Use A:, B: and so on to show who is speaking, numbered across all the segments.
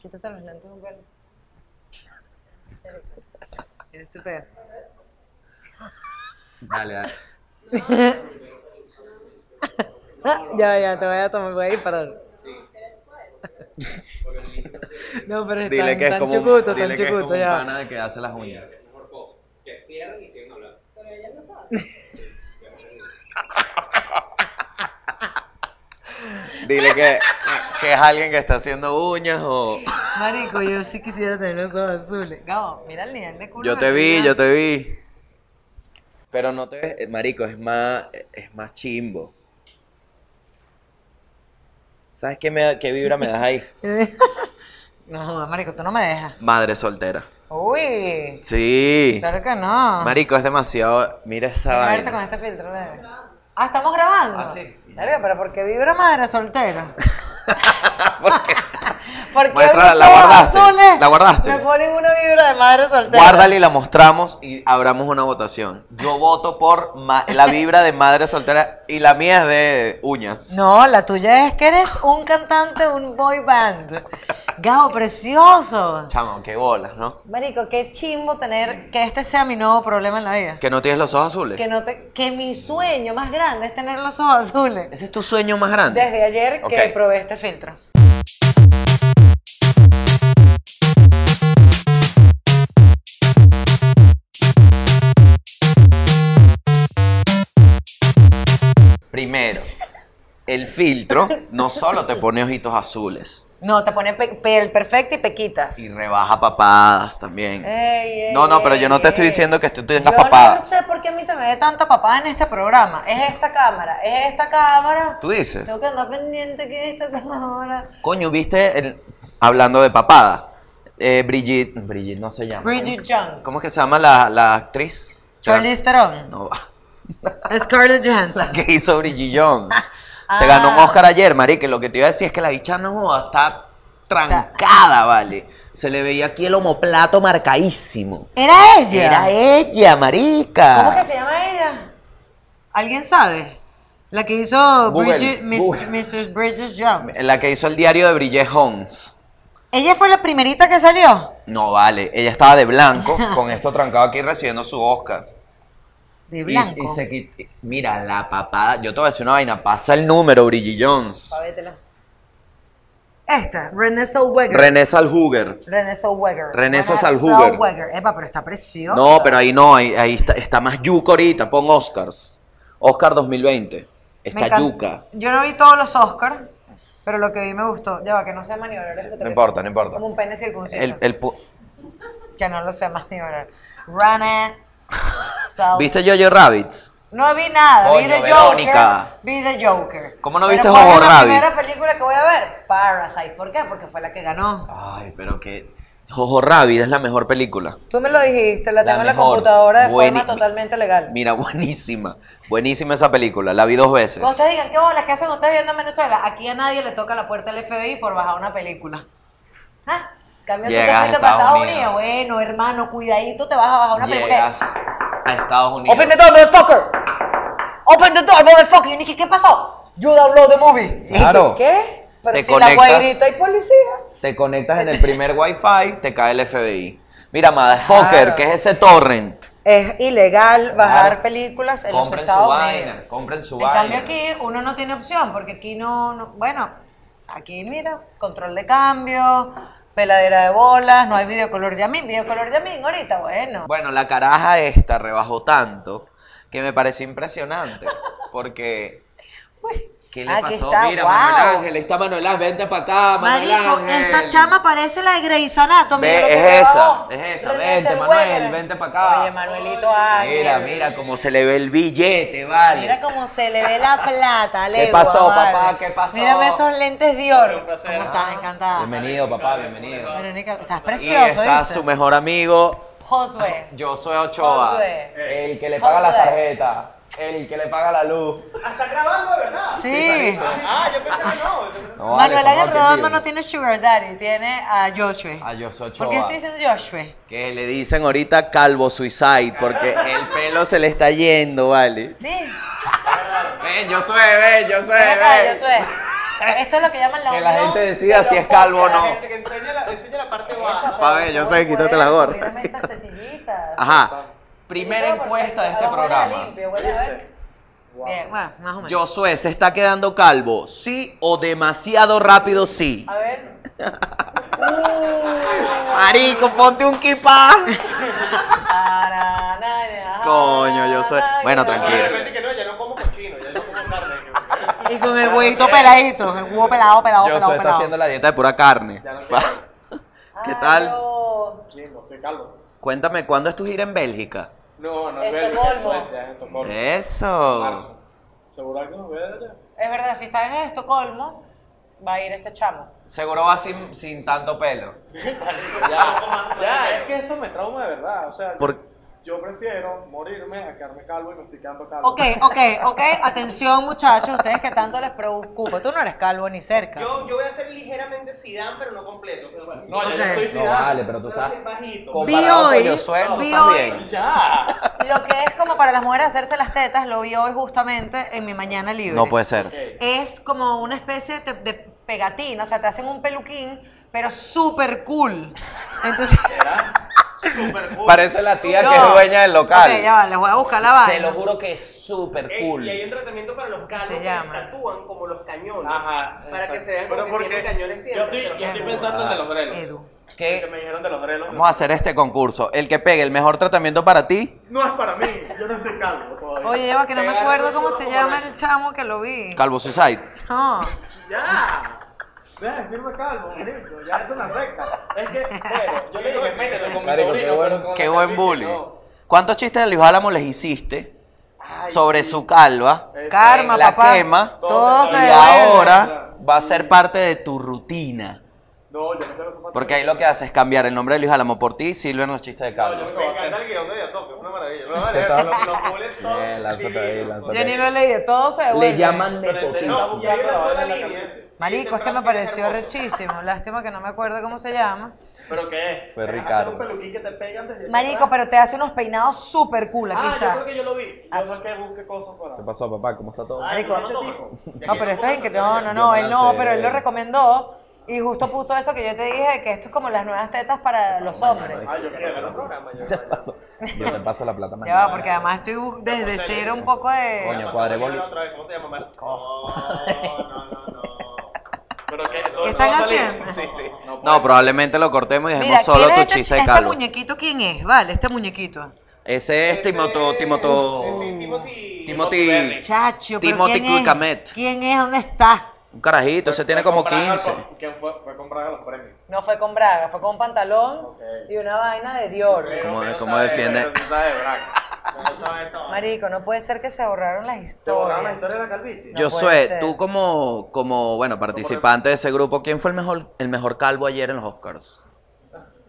A: Quítate los lentes un pelo. Eres tu peor.
B: Dale, dale.
A: Ah, ya, ya, te voy a tomar, voy a disparar. no, pero es
B: Dile
A: tan,
B: que es
A: tan
B: como, un-
A: chucuto,
B: dile
A: tan
B: que es como
A: chucuto,
B: un
A: ya.
B: pana que hace las uñas. Dile que, que es alguien que está haciendo uñas o...
A: Marico, yo sí quisiera tener los ojos azules. Gabo, mira el nivel de culo.
B: Yo
A: que
B: te vi,
A: tenía.
B: yo te vi. Pero no te ves, eh, marico, es más, es más chimbo. ¿Sabes qué, me, da- qué vibra me das ahí?
A: no, jodas, marico, tú no me dejas.
B: Madre soltera.
A: Uy,
B: Sí.
A: claro que no.
B: Marico, es demasiado. Mira esa
A: Déjame Ah. verte
B: vaina.
A: con este filtro. dale. Ah, estamos grabando.
B: Ah, sí.
A: Verga, pero ¿por qué vibra madre soltera?
B: ¿Por qué?
A: ¿Por qué
B: Muéstrala,
A: ahorita
B: ¿la
A: los
B: guardaste?
A: azules
B: ¿La guardaste?
A: eh? Me ponen una vibra de madre soltera.
B: Guárdala y la mostramos y abramos una votación. Yo voto por ma- la vibra de madre soltera y la mía es de uñas.
A: No, la tuya es que eres un cantante, un boy band. Gabo, precioso.
B: Chamo, qué bolas, ¿no?
A: Marico, qué chimbo tener que este sea mi nuevo problema en la vida.
B: Que no tienes los ojos azules.
A: Que, no te, que mi sueño más grande es tener los ojos azules.
B: Ese es tu sueño más grande.
A: Desde ayer que
B: Ok.
A: probé este filtro.
B: Primero, el filtro no solo te pone ojitos azules
A: No, te pone pe- piel perfecta y pequitas.
B: y rebaja papadas también.
A: Ey, ey,
B: no, no, pero yo no
A: ey,
B: te estoy
A: ey.
B: diciendo que tú
A: Yo
B: tengas
A: no
B: papadas.
A: sé por qué a mí se me ve tanta papada en este programa. Es esta cámara, es esta cámara.
B: Tú dices,
A: Tengo que andar pendiente que esta cámara.
B: coño, viste, el- hablando de papada, eh, Brigitte, Brigitte no se llama.
A: Bridget Jones.
B: ¿Cómo es que se llama la, la actriz?
A: Charlize Theron.
B: No va.
A: Scarlett Johansson.
B: La que hizo Brigitte Jones.
A: Ah.
B: Se ganó un Oscar ayer, marica. y Lo que te iba a decir es que la bicha no joda, está trancada, vale. Se le veía aquí el homoplato marcadísimo.
A: ¿Era ella?
B: Era ella, marica.
A: ¿Cómo que se llama ella? ¿Alguien sabe? La que hizo
B: Google,
A: Bridget, Miss-
B: Google.
A: Mrs. Bridget Jones.
B: La que hizo el diario de Bridget Holmes.
A: ¿Ella fue la primerita que salió?
B: No, vale. Ella estaba de blanco, con esto trancado aquí recibiendo su Oscar.
A: De
B: Y-
A: blanco.
B: Y, se quit- Mira, la papada. Yo te voy a decir una vaina. Pasa el número, Bridget Jones.
A: Pavétela. Esta, Renée Zellweger.
B: René Salhuger.
A: Renée Zellweger.
B: Renée
A: Renée
B: Zellweger.
A: Zellweger. Epa, pero está preciosa.
B: No, pero ahí no, ahí, ahí está, está más yuca ahorita, pon Oscars. Oscar 2020.
A: Me
B: Está
A: encanta.
B: yuca.
A: Yo no vi todos los Oscars, pero lo que vi me gustó. Ya va, que no sea maniobrar. este
B: No
A: teléfono.
B: importa, no importa.
A: Como un pene circunciso.
B: El- el pu-
A: Que no lo sé maniobrar. Renée Zellweger.
B: ¿Viste Jojo Rabbits?
A: No vi nada, vi
B: Coño,
A: The
B: Verónica.
A: Joker. Vi The Joker.
B: ¿Cómo no
A: Pero
B: viste
A: ¿cuál
B: Jojo
A: es la
B: Rabbit?
A: primera película que voy a ver? Parasite. ¿Por qué? Porque fue la que ganó.
B: Ay, pero que. Jojo Rabbit es la mejor película.
A: Tú me lo dijiste, la
B: La
A: tengo en la
B: mejor.
A: computadora de
B: Bueni-
A: forma totalmente legal.
B: Mira, buenísima. Buenísima esa película. La vi dos veces.
A: Cuando ustedes digan, ¿qué bolas? ¿Qué hacen ustedes viendo en Venezuela? Aquí a nadie le toca la puerta del FBI por bajar una película. ¿Ah? Cambio tú te
B: Llegas a
A: fuiste para Estados
B: Estados
A: Unidos.
B: Unidos.
A: Bueno, hermano, cuidadito, te vas a bajar una película.
B: Llegas a Estados Unidos.
A: Open the door, motherfucker. Open the door, motherfucker. Y Nicky, ¿qué pasó? You download the movie. Y
B: Claro.
A: dije, ¿Qué? Pero
B: Te
A: si la
B: conectas.
A: guairita hay policía.
B: Te conectas en el primer Wi-Fi, te cae el FBI. Mira, motherfucker,
A: Claro.
B: ¿qué es ese torrent?
A: Es ilegal bajar
B: Claro.
A: películas en los
B: Compren su
A: Estados
B: vaina,
A: Unidos.
B: compren su
A: En
B: vaina.
A: cambio aquí uno no tiene opción, porque aquí no, no- bueno, aquí mira, control de cambio, peladera de bolas, no hay videocolor Yamin, videocolor Yamin ahorita, bueno.
B: Bueno, la caraja esta rebajó tanto que me pareció impresionante. Porque. ¿Qué le
A: aquí
B: pasó?
A: Ah, está,
B: Mira,
A: guau.
B: Manuel Ángel, ahí está Manuel Ángel, vente para acá, Manuel
A: Marico,
B: Ángel.
A: esta chama parece la de Grey's Anatomy.
B: Ve,
A: lo que
B: es
A: te
B: esa,
A: grabó.
B: es esa,
A: René
B: vente,
A: Zellweger.
B: Manuel, vente pa' acá.
A: Oye, Manuelito Ángel.
B: Mira, mira cómo se le ve el billete, vale.
A: Mira cómo se le ve la plata, legua,
B: pasó,
A: vale.
B: papá? ¿Qué pasó? Ah,
A: Mírame esos lentes de oro.
C: Un
A: ¿Cómo
C: placer.
A: estás? Encantada.
B: bienvenido, papá, bienvenido.
A: Verónica, estás
B: Y
A: precioso,
B: está
A: ¿viste?
B: su mejor amigo,
A: Josué.
B: yo soy Ochoa,
A: Josué.
B: el que le paga las
A: Josué.
B: tarjetas, el que le paga la luz.
C: ¿Está grabando, verdad?
A: Sí.
C: Ah, yo pensé que no. Yo pensé-
B: No,
A: Manuel
B: vale, papá,
A: Ángel
B: qué
A: Redondo
B: vivo.
A: no tiene Sugar Daddy, tiene a Joshua.
B: Ah, yo soy Ochoa.
A: ¿Por qué estoy diciendo Joshua?
B: Que le dicen ahorita calvo suicide porque el pelo se le está yendo, vale.
A: Sí.
B: Ven, yo soy, ven, yo soy,
A: Ven acá, Joshua. Esto es lo que llaman la
B: Que la
A: unión
B: gente decida
A: de
B: si
A: los
B: es calvo o
A: podcasts.
B: no.
C: La gente que enseña la, enseña la parte baja.
A: Esta,
B: Pa' ver,
A: pero,
B: yo
A: por
B: sé,
A: favor,
B: quítate la gorra.
A: mírame estas tetillitas.
B: Ajá.
A: Quítate
B: Primera
A: porque
B: encuesta de este
A: ahora huele a
B: programa.
A: limpio, huele a ver. Bien, bueno, más o menos.
B: Josué, ¿se está quedando calvo? ¿Sí o demasiado rápido? Sí.
A: A ver.
B: Marico, ponte un kipá. Coño, yo soy- Bueno,
C: O sea, de
B: tranquilo.
C: repente que no, ya no como cochino, ya no como carne.
A: Y con el huevito peladito, con el huevo pelado, pelado, pelado,
B: Josué está
A: pelado.
B: haciendo la dieta de pura carne.
C: Ya no quiero.
B: ¿Qué tal?
A: Aló.
C: Chimbo, estoy calvo.
B: Cuéntame, ¿cuándo es tu gira en Bélgica?
C: No, no,
A: Estocolmo.
C: es en Suecia, es en Estocolmo.
B: Eso.
C: Marzo. ¿Seguro que nos voy a allá?
A: Es verdad, si estás en Estocolmo, va a ir este chamo.
B: Seguro va sin, sin tanto pelo.
C: Ya, ya, es que esto me trauma de verdad. O sea,
B: Por-
C: yo prefiero morirme a quedarme calvo y me estoy quedando calvo.
A: Ok, ok, ok. Atención, muchachos, ustedes que tanto les preocupa. Tú no eres calvo ni cerca.
D: Yo, yo voy a ser ligeramente Zidane, pero no completo. pero bueno.
C: No, ya
A: Ok.
C: yo estoy
B: No
C: sin
B: vale, pero tú estás
D: Entonces, bajito.
A: Con-
B: comparado
A: Vi hoy-
B: con Josué, tú
A: vi
B: estás
A: hoy-
B: bien.
C: Ya.
A: Lo que es como para las mujeres hacerse las tetas, lo vi hoy justamente en mi mañana libre.
B: No puede ser.
C: Ok.
A: Es como una especie de, de pegatina, o sea, te hacen un peluquín, pero súper cool. Entonces.
D: Súper cool.
B: Parece la tía
A: No.
B: que es dueña del local.
A: Ok, ya va, les voy a buscar la
B: Se
A: vaina.
B: lo juro que es súper
D: Ey,
B: cool.
D: Y hay un tratamiento para los calvos
A: Se
D: que
A: llama.
D: se tatúan como los cañones.
C: Ajá.
D: Para que se vean
C: Pero
D: como que tienen cañones siempre.
C: Yo estoy,
D: pero-
C: yo estoy pensando en el los grelos.
A: Edu.
C: Que
B: ¿Qué?
C: me dijeron de los grelos.
B: Vamos a hacer este concurso. El que pegue el mejor tratamiento para ti,
C: No es para mí, yo no estoy calvo todavía.
A: Oye, Eva, que no me
D: Pegar
A: acuerdo
D: un
A: cómo
D: duro
A: se
D: como
A: llama
D: la-
A: el chamo que lo vi.
B: Calvo Suicide.
A: No.
C: Ya. Deja de decirme calvo, marico. Ya eso me afecta. Es que, bueno, yo le dije, métete con mi
B: Marico,
C: sobrino,
B: qué buen,
C: pero con
B: qué
C: la
B: buen
C: calvicie
B: bully.
C: no.
B: ¿Cuántos chistes de Luis Álamo les hiciste
C: Ay,
B: sobre
C: sí.
B: su calva?
C: Eso.
A: Karma,
B: en la
A: papá.
B: quema,
A: todo se
B: y
C: devuelve.
B: ahora
C: Sí.
B: va a ser parte de tu rutina.
C: No, yo no quiero sumar.
B: Porque ahí lo que hace es cambiar el nombre de Luis Álamo por ti y sirven los chistes de
C: No, yo
B: calvo.
C: no voy
D: Me
C: a hacer.
D: encanta el guión de Diatope, es una maravilla. No,
B: ¿Qué
D: vale,
B: tal?
D: los, los bullets son
B: Bien, lánzate ahí,
D: divinos.
B: lánzate.
A: Yo ni lo leí, de todo se devuelve.
B: Le llaman
C: Pero en serio,
B: nepotismo.
C: no,
D: Y hay una sola
C: Pero-
D: línea.
A: Marico, es que
D: eh.
A: me pareció rechísimo. Lástima que no me acuerdo cómo se llama.
C: ¿Pero qué es?
B: Fue
C: Hacer
B: Ricardo.
C: un peluquín que te pegan desde
A: Marico, pero te hace unos peinados súper cool. Aquí
C: ah, yo creo
A: está.
C: que yo lo vi.
A: Ah,
C: Yo no es que busque cosas para.
B: pasó, papá? ¿Cómo está todo?
C: Ah,
A: Marico.
C: ese tipo.
A: No, pero esto es increíble. No, no,
B: Yo
A: no,
B: me
A: él
B: la
A: no,
B: sé.
A: pero él lo recomendó y justo puso eso que yo te dije, que esto es como las nuevas tetas para los hombres.
C: Ah, yo quería ver un programa. yo-
B: Yo te paso la plata
A: Ya va, porque además estoy bu- desde cero un poco de...
B: Coño.
D: Pasó
B: cuadreboli.
D: la otra vez, ¿Cómo te llamas, Mar? No, no, no, no.
C: Pero que,
A: ¿Qué están haciendo?
C: Sí, sí.
B: No, probablemente lo cortemos y dejemos
A: Mira,
B: solo
A: ¿quién
B: tu
A: es este,
B: chiste de
A: este
B: calvo.
A: muñequito quién es? Vale, este muñequito.
B: Ese es Timoto, Timoto,
D: Sí, sí, Timothy.
B: Timothy,
A: Chacho, pero
B: Timothy
A: ¿quién es?
B: Kulkamet.
A: ¿Quién es? ¿Dónde está?
B: un carajito, ese tiene como 15.
C: ¿Quién fue? Fue comprar a los premios.
A: No fue con braga, fue con un pantalón
C: Ok.
A: y una vaina de Dior.
B: ¿Cómo-
D: Pero
B: cómo
D: sabe,
B: defiende?
C: Pero se sabe, Braga.
D: No sabes esa vaina.
A: Marico, eh. no puede ser que se borraron las
C: ¿Te borraron la
A: historias.
C: historia de la calvicie?
A: No puede
B: Josué,
A: ser.
B: tú como, como bueno, participante de ese grupo, ¿quién fue el mejor, el mejor calvo ayer en los Oscars?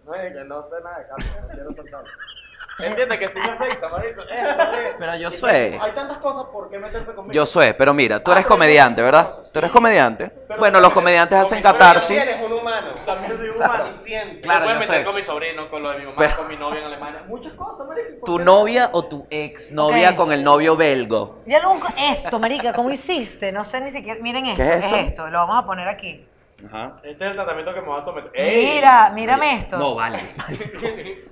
C: No, es que no sé nada de calvo. no Quiero ser calvo. Entiende que sí me afecta, marico. Esto, eh.
B: Pero yo
C: Y
B: soy.
C: entonces, Hay tantas cosas por qué meterse conmigo.
B: Josué, pero mira, tú
C: Ah,
B: eres
C: pero
B: comediante,
C: yo-
B: ¿verdad?
C: sí.
B: Tú eres comediante.
C: Pero
B: Bueno,
C: también-
B: los comediantes
D: Con
B: hacen
D: mi suegra también
B: catarsis.
D: Eres un humano.
C: También soy humano y siento.
B: Claro,
C: me puedo
B: yo
C: meter
B: sé.
C: con mi sobrino, con lo de mi mamá,
B: Pero-
C: con mi novia en Alemania. Muchas cosas, marico. ¿por
B: ¿Tu
C: qué?
B: novia o tu ex novia
A: Ok.
B: con el novio belgo?
A: Ya nunca esto, marica, ¿cómo hiciste? No sé ni siquiera. Miren esto,
B: ¿Qué es eso?
A: esto, lo vamos a poner aquí.
B: Ajá.
C: Este es el tratamiento que me va a someter.
A: Mira, mírame esto.
B: No, vale.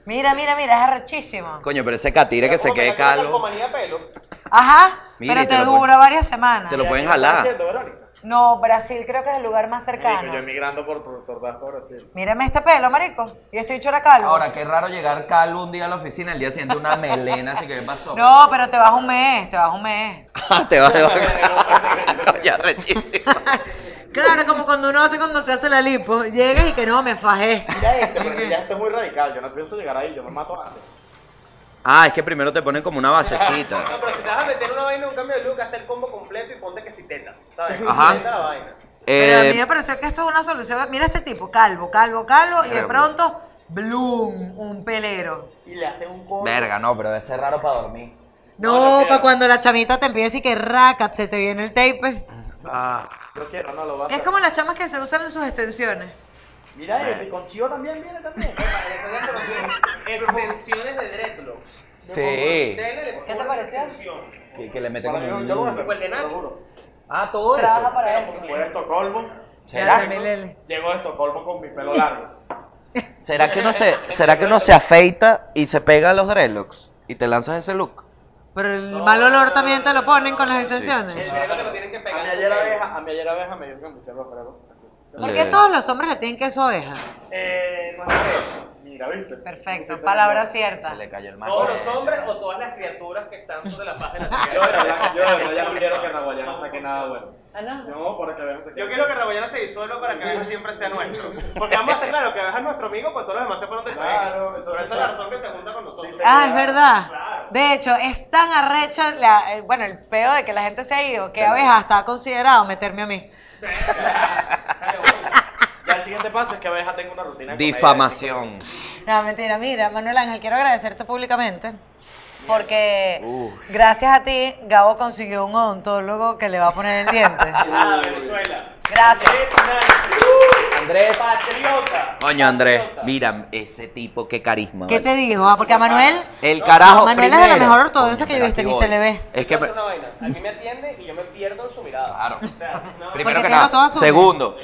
A: Mira, mira, mira, es arrechísimo.
B: Coño, pero ese catire que se
D: ¿Cómo me
B: quede
D: la quiero
B: calvo.
D: calcomanía pelo?
A: Ajá,
B: Mira, y
A: pero
B: te
A: te,
B: lo
A: dura
B: ponen-
A: varias semanas.
B: Te lo pueden jalar.
A: No, Brasil creo que es el lugar más cercano.
C: Marico, yo emigrando por por Tordas por Brasil.
A: Mírame este pelo, marico. Y estoy hecho la calvo.
B: Ahora, qué raro llegar calvo un día a la oficina, el día siguiente una melena, así que ¿qué pasó?
A: No, pero te vas un mes, te vas un mes.
B: Ah, te vas de vacaciones. Coño, rechísimo.
A: Claro, como cuando uno hace cuando se hace la lipo, llegas y que no, me fajé.
C: Mira este, porque ya este es muy radical. Yo no pienso llegar ahí, yo me mato antes.
B: Ah, es que primero te ponen como una
D: No,
B: basecita.
D: pero si te vas a meter una vaina, un cambio de look, hasta el combo completo y ponte que si tetas, ¿sabes?
B: Ajá.
D: Completa la vaina.
A: Pero a mí
B: Eh,
A: me pareció que esto es una solución. Mira este tipo, calvo, calvo, calvo, y de
B: Calvo.
A: pronto, bloom, un pelero.
C: Y le hacen un corte.
B: verga, no, pero debe ser raro para dormir.
A: No, para cuando la chamita te empieza y que raca, se te viene el tape. Ah.
C: Yo quiero, no lo va a
A: Que es
C: hacer.
A: como las chamas que se usan en sus extensiones.
C: Mira ese, con Chío también viene también.
D: Vale, estoy de conocido. Extensiones de dreadlocks.
B: Sí.
D: Ustedes le ponen
A: te pareció?
D: extensión.
B: Que, que le meten
C: Para mí, yo lo voy a hacer.
D: Como el de
C: te lo
D: Nacho.
C: juro.
B: Ah, todo
A: Trabaja
B: eso.
A: para él.
C: Como era Estocolmo,
B: ¿Será?
A: Gracias, mi Lele.
C: llegó de Estocolmo con mi pelo largo.
B: ¿Será
D: Eh,
B: que no se, será que no se afeita y se pega a los dreadlocks y te lanzas ese look?
A: Pero el mal olor también te lo ponen con las extensiones.
B: sí,
D: El dinero te lo tienen que
C: A
D: pegar.
C: mi ayer abeja, a mi ayer abeja me dio que me pusieron los frenos.
A: ¿Por qué
B: Le-
A: todos los hombres le tienen queso a oveja?
C: Eh, no es Mira, ¿viste?
A: Perfecto, palabra
B: Se
A: cierta.
B: le cayó el macho.
D: Todos los hombres o todas las criaturas que están sobre la faz de la
C: Yo de
D: tierra.
C: verdad, yo de verdad ya no quiero que Naguayana saque nada bueno.
A: Ah, no.
C: No, porque Abeja se
D: Yo quiero que Raboyana se disuelva para que Abeja siempre sea nuestro. Porque vamos a estar claro que Abeja es nuestro amigo, pues todos los demás se fueron de
C: Claro,
D: Por
C: entonces-
D: esa es la razón que se junta con nosotros.
C: Sí, sí.
A: Ah, es verdad.
D: Claro.
A: De hecho, es tan arrecha, la, eh, bueno, el peo de que la gente se ha ido, que abeja hasta ha considerado meterme a mí.
C: Ya el siguiente paso es que Abeja tenga una rutina. de comedia.
B: Difamación.
A: No, mentira, mira, Manuel Ángel, quiero agradecerte públicamente. Porque
B: Uf.
A: gracias a ti, Gabo consiguió un odontólogo que le va a poner el diente.
D: Ah, Venezuela.
A: Gracias.
D: Es
B: Uh,
D: Nancy.
B: Andrés.
D: Patriota.
B: Coño, Andrés.
D: Patriota.
B: Mira ese tipo, qué carisma.
A: ¿Qué
B: vale.
A: te dijo? Ah, porque a Manuel,
B: El carajo.
A: Manuel es de la
B: primero.
A: mejor ortodoncia
B: Coño,
A: que yo he visto, ni
B: negativo
A: se
B: hoy.
A: le ve.
B: Es que.
D: Yo voy a hacer una vaina. Aquí me atiende y yo me pierdo en su mirada.
B: Claro.
D: O sea, no.
B: Primero que
A: tengo todo
B: nada.
A: azul.
B: Segundo,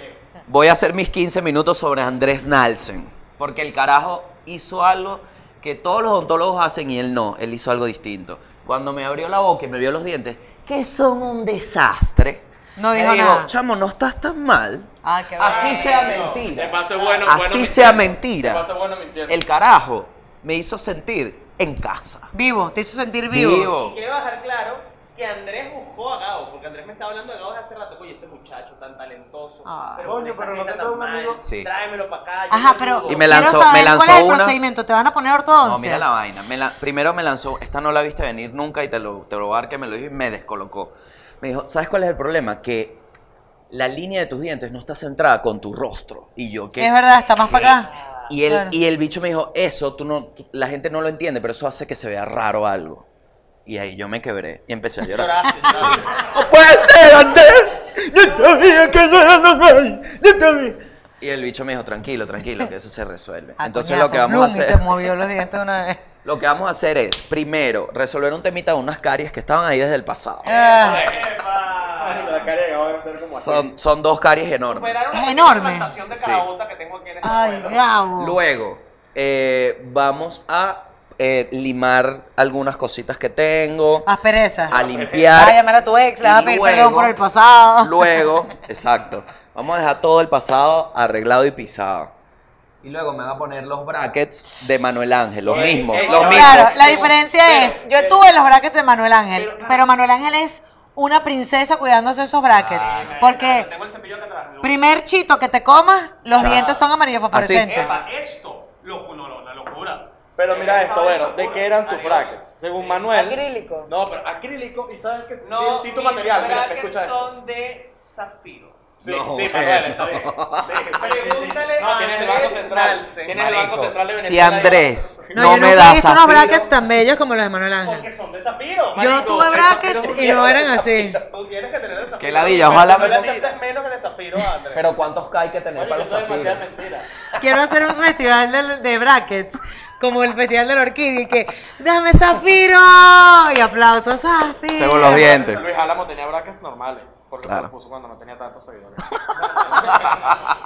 B: voy a hacer mis 15 minutos sobre Andrés Nalsen. Porque el carajo hizo algo que todos los odontólogos hacen y él no. Él hizo algo distinto. Cuando me abrió la boca y me vio los dientes, que son un desastre.
A: No
B: me
A: dijo nada.
B: chamo, no estás tan mal.
A: Ah, qué bueno.
B: Así sea
C: De
B: mentira.
C: paso es bueno,
B: Así
C: bueno
B: sea
C: mintiendo.
B: mentira.
C: De paso es bueno mintiendo.
B: El carajo me hizo sentir en casa.
A: Vivo, te hizo sentir vivo.
D: Y quiero dejar claro que Andrés buscó a Gabo, porque Andrés me estaba hablando de Gabo desde hace rato. Oye, ese muchacho tan talentoso.
A: Ay.
D: con
C: Coño,
D: esa
C: pero no
D: jeta
C: te
D: tan
C: tengo un
D: mal,
C: amigo.
B: Sí.
D: Tráemelo para acá. yo
A: Ajá,
D: te
A: pero
D: ayudo.
B: Y me
A: quiero
B: lanzó-
A: saber
B: me lanzó
A: ¿Cuál es el
B: una-
A: procedimiento? ¿Te van a poner
B: No,
A: ortodoncia?
B: mira la vaina. Me la- primero me lanzó, esta no la viste venir nunca y te lo, te lo voy a dar que me lo dijo y me descolocó. Me dijo, ¿sabes cuál es el problema? Que la línea de tus dientes no está centrada con tu rostro. Y yo, ¿qué?
A: Es verdad, está más para acá.
B: Y el,
A: Claro.
B: y el bicho me dijo, eso, tú no, tú- la gente no lo entiende, pero eso hace que se vea raro algo. Y ahí yo me quebré y empecé a llorar.
D: Lloraste, lloraste.
B: ¡No puede ser, Andrés! ¡Yo sabía que no era normal! ¡Yo sabía! Y el bicho me dijo, tranquilo, tranquilo, que eso se resuelve.
A: Ah,
B: Entonces
A: coñazo,
B: lo que vamos a
A: Blumi
B: hacer...
A: te movió los dientes una vez.
B: Lo que vamos a hacer es, primero, resolver un temita de unas caries que estaban ahí desde el pasado.
A: Ah,
C: Marico, la cara de Gabo debe ser como así.
B: Son, son dos caries enormes.
D: Superaron
A: Es
D: la
A: enorme.
D: plantación de
B: Sí.
D: carabota que tengo aquí en este esta
A: Ay,
D: cuerda.
A: Gabo.
B: Luego, eh, vamos a eh, limar algunas cositas que tengo,
A: Aspereza.
B: a
A: Vas a
B: limpiar.
A: llamar a tu ex, le vas a pedir
B: Luego-
A: perdón por el pasado.
B: Luego, exacto, vamos a dejar todo el pasado arreglado y pisado. Y luego me van a poner los brackets de Manuel Ángel, los
C: Ey,
B: mismos,
C: ey,
B: los
C: ey,
B: mismos.
A: eh, Claro, la
C: Pero-
A: diferencia
C: pero-
A: es, yo
C: pero-
A: tuve los brackets de Manuel Ángel, pero,
C: pero-
A: Manuel Ángel es una princesa cuidándose esos brackets,
D: Ah,
B: Claro.
A: porque
D: Tengo el cepillo acá atrás.
A: primer chito que te comas, los
B: Claro.
A: dientes son amarillo fosforescentes.
D: Epa, esto. Lo, no, no, la locura.
C: Pero mira esto, bueno, ¿de qué eran tus
D: Adiós.
C: brackets? Según Manuel.
A: Acrílico.
C: No, pero acrílico y sabes que
D: No,
C: Tito
D: mis
C: material, mira,
D: brackets
C: escucha esto.
D: son de zafiro.
C: Sí,
B: No,
C: sí,
B: bueno.
C: Manuel, está bien. Sí, sí, sí, sí.
D: Pregúntale
C: No,
D: a
C: tienes el
D: Andrés
C: Banco Central.
D: Nalsen.
C: Tienes el Banco
B: Marico,
C: Central de
B: Si
C: Venezuela.
B: Andrés no,
A: No, yo
B: me
A: nunca
B: da
A: he visto unos
B: zafiro-
A: brackets tan bellos como los de Manuel Ángel.
D: Porque son de zafiro.
A: Yo
D: marico.
A: tuve brackets y no eran así.
D: Tú tienes que tener el zafiro.
B: Qué ladilla, ojalá
D: No le
B: me-
D: aceptes menos que el zafiro, a Andrés.
B: Pero ¿cuántos hay que tener
C: Marico,
B: para los
C: eso es demasiada
B: zafiros?
C: mentira.
A: Quiero hacer un festival de, de brackets, como el festival de la orquídea, y que dame zafiro y aplausos zafiro.
B: Según los dientes.
C: Luis Álamo tenía brackets normales. Porque se
B: Claro.
C: los puso cuando no tenía tantos seguidores.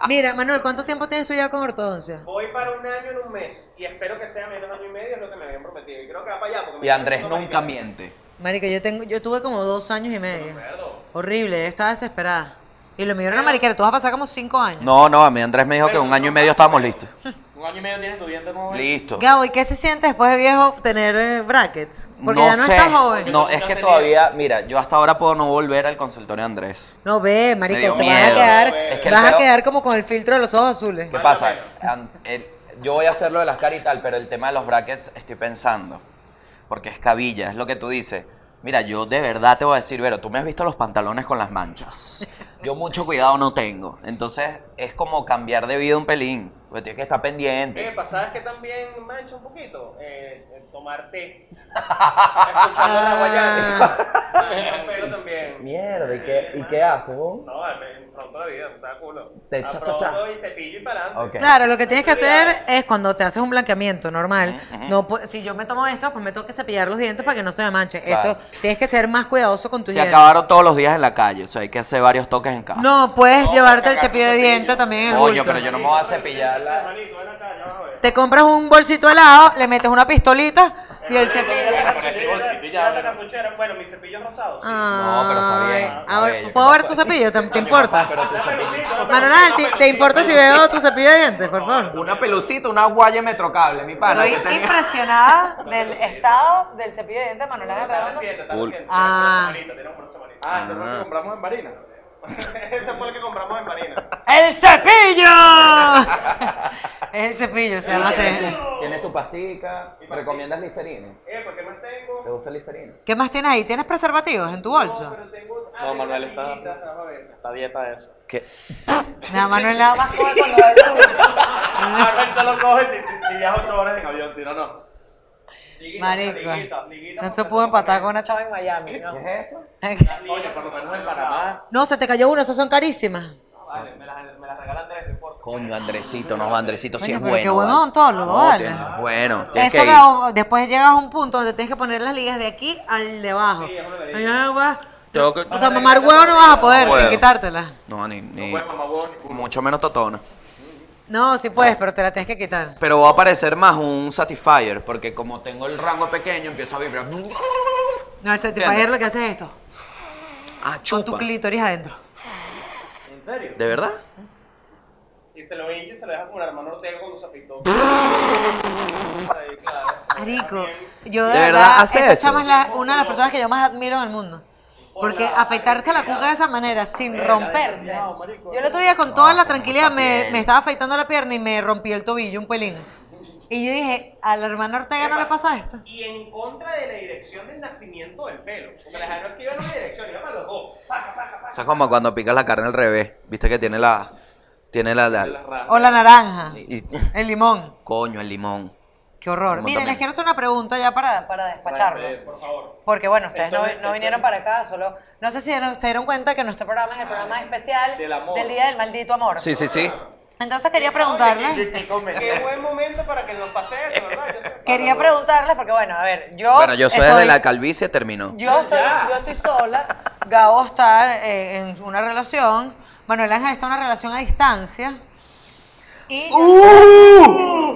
A: Mira, Manuel, ¿cuánto tiempo tienes tú ya con ortodoncia?
D: Voy para un año en un mes y espero que sea menos año y medio es lo que me habían prometido. Y creo que va para allá porque me
B: Y Andrés
D: están
B: nunca
D: diciendo,
B: miente.
A: Marica, yo tengo, yo tuve como dos años y medio.
D: "Marica, no me acuerdo".
A: Horrible, yo estaba desesperada. Y lo miraron a Mariquero, tú vas a pasar como cinco años.
B: No, no, a mí Andrés me dijo que
D: Pero
B: un
D: no,
B: año y medio estábamos listos.
C: Un año y medio tienes tu diente nuevo. ¿eh?
B: Listo.
A: Gabo, ¿y qué se siente después de viejo tener eh, brackets? Porque ya no
B: sé.
A: estás joven.
B: No,
C: Porque
B: es que
C: nunca
B: todavía, mira, yo hasta ahora puedo no volver al consultorio de Andrés.
A: No, ve,
B: Me
A: marico,
B: dio
A: te vas a
B: miedo.
A: quedar,
B: Es que el
A: vas a
B: peo-
A: quedar como con el filtro de los ojos azules.
B: ¿Qué pasa? An- el- yo voy a hacer lo de las caras y tal, pero el tema de los brackets estoy pensando. Porque es cabilla, es lo que tú dices. Mira, yo de verdad te voy a decir, Vero, tú me has visto los pantalones con las manchas. Yo mucho cuidado no tengo. Entonces es como cambiar de vida un pelín. Porque tienes que estar
D: ¿Qué
B: pendiente.
D: pasa? Es que también mancha un poquito. Eh, el tomar té. Escuchando la
A: Ah,
D: guayana. Pero también.
B: Ah. Mierda, ¿y qué, y qué haces vos?
D: No, me- pronto la vida. O sea, culo.
B: De cha, cha, cha.
D: Aprobo y cepillo y para adelante.
B: Ok.
A: Claro, lo que tienes que hacer es cuando te haces un blanqueamiento normal,
B: Ujú, ujú.
A: no pu- si yo me tomo esto, pues me tengo que cepillar los dientes para que no se me manche.
B: Claro.
A: Eso, tienes que ser más cuidadoso con tu
B: Se
A: higiene.
B: acabaron todos los días en la calle, o sea, hay que hacer varios toques en casa.
A: No, puedes
D: No,
A: llevarte el
D: cagar,
A: cepillo de
D: cepillo.
A: dientes también en el
B: Coño,
A: bulto.
B: pero yo no me voy a cepillar la...
C: Manito, ven acá, ya vas a ver.
A: Te compras un bolsito helado, le metes una pistolita y el cepillo...
D: Mira,
C: Con este
D: mira,
C: bolsito y ya,
D: mira la
C: bueno.
D: cartuchera. Bueno, mis cepillos rosados. sí.
A: Ah,
B: No, pero está bien, está
A: Ahora,
B: bello.
A: ¿Puedo
B: ¿Qué
A: ver tu
B: pasó?
A: cepillo? ¿Te, te
B: Coño,
A: importa?
B: papá, pero tu
D: Dame
B: cepillo-
D: besito, dame
A: Manuel,
D: besito,
A: ¿te, te importa si veo tu cepillo de dientes, por favor?
B: Una pelucita, una guaya metrocable, mi pana.
A: Estoy
B: que tenía-
A: impresionada del estado del cepillo de dientes de Manuel Ángel
D: Está
A: Redondo.
D: haciendo, está
B: Cool.
D: haciendo.
A: Ah.
D: Tiene una buena semanita,
C: Ah, este fue el
B: Ah.
C: que compramos en Marina.
D: Ese fue el que compramos en Marina.
A: ¡El cepillo! es el cepillo, se llama así.
B: Tienes tu pastica, recomiendas Listerine.
D: Eh, ¿por qué más
B: ¿Te
D: tengo?
B: gusta el Listerine?
A: ¿Qué más tienes ahí? ¿Tienes preservativos en tu
D: No,
A: bolso?
D: pero tengo- ah,
E: No, Manuel,
D: tengo
E: está-
D: tijita, está, a ver.
E: Esta dieta de eso.
B: ¿Qué?
A: Nada, Manuel nada más come cuando va al sur.
C: Manuel te lo coge si, si, si viaja 8 horas en avión, si no, no.
D: Liguita, liguita, liguita,
A: Marico, no se
D: porque
A: pudo
D: tengo
A: empatar con una chava en Miami, ¿no?
B: ¿Qué es eso?
C: Oye, por lo menos en Panamá.
A: No, se te cayó una, esas son carísimas.
D: No, Vale, me las, me las regalan tres, no importa.
B: Coño, Andresito, no, Andresito, sí
A: Coño,
B: es
A: pero
B: bueno.
A: qué buen
B: vale.
A: odontólogo,
B: No,
A: vale.
B: tienes- Bueno, tienes
A: Eso
B: que ir.
A: que- después llegas a un punto donde tienes que poner las ligas de aquí al de abajo.
D: Sí, es una
A: Ay,
D: belleza.
A: ay, guau.
B: Tengo que-
A: O sea, mamar huevo no vas a poder
B: No
A: sin
B: puedo.
A: quitártela.
B: No, ni, ni-
C: Bueno, mamón,
B: mucho menos totona.
A: No, sí puedes, pero te la tienes que quitar.
B: Pero va a parecer más un Satisfyer, porque como tengo el rango pequeño, empiezo a vibrar.
A: No, el Satisfyer
B: Entiendo.
A: lo que hace es esto.
B: Ah,
A: Con tu
B: chupa.
A: clítoris adentro.
D: ¿En serio?
B: ¿De verdad?
D: Y se lo hincha y se lo deja como un hermano Ortega cuando se afeitó. Ahí, claro.
A: Marico, yo de,
B: ¿De
A: verdad,
B: verdad hace
A: esa
B: eso?
A: chama es la- una de las personas que yo más admiro en el mundo. Porque afeitarse la cuca de esa manera, sin romperse. Yo el otro día con toda la
B: se me
A: tranquilidad
B: está
A: me,
B: bien.
A: me estaba afeitando la pierna y me rompí el tobillo un pelín. Y yo dije, a la hermana Ortega no le pasa esto.
D: Y en contra de la dirección del nacimiento del pelo. Porque la dejaron que iba en una dirección, iba para los dos. Paca, paca, paca.
B: Eso es como cuando picas la carne al revés. Viste que tiene la. Tiene la. la-
A: O la naranja,
B: y- y-
A: el limón.
B: coño, el limón.
A: Qué horror.
B: Como
A: Miren,
B: también.
A: les quiero hacer una pregunta ya para, para despacharnos.
D: Por favor.
A: Porque bueno, ustedes no,
C: Esto es- este,
A: no vinieron para acá, solo... No sé si dieron- se dieron cuenta que nuestro programa es el programa especial
C: Ah, Del amor.
A: Día del Maldito Amor.
B: Sí, sí, sí.
A: Entonces quería preguntarles,
C: chico, me-
D: Qué buen momento para que nos pase eso, ¿verdad? Yo sé.
A: quería preguntarles porque bueno, a ver, yo...
B: Bueno, yo soy
A: estoy-
B: de la calvicie, terminó.
A: Yo estoy,
C: Ya.
A: yo estoy sola, Gabo está eh, en una relación, Manuel Ángel está en una relación a distancia. Y...
D: ¡Uh!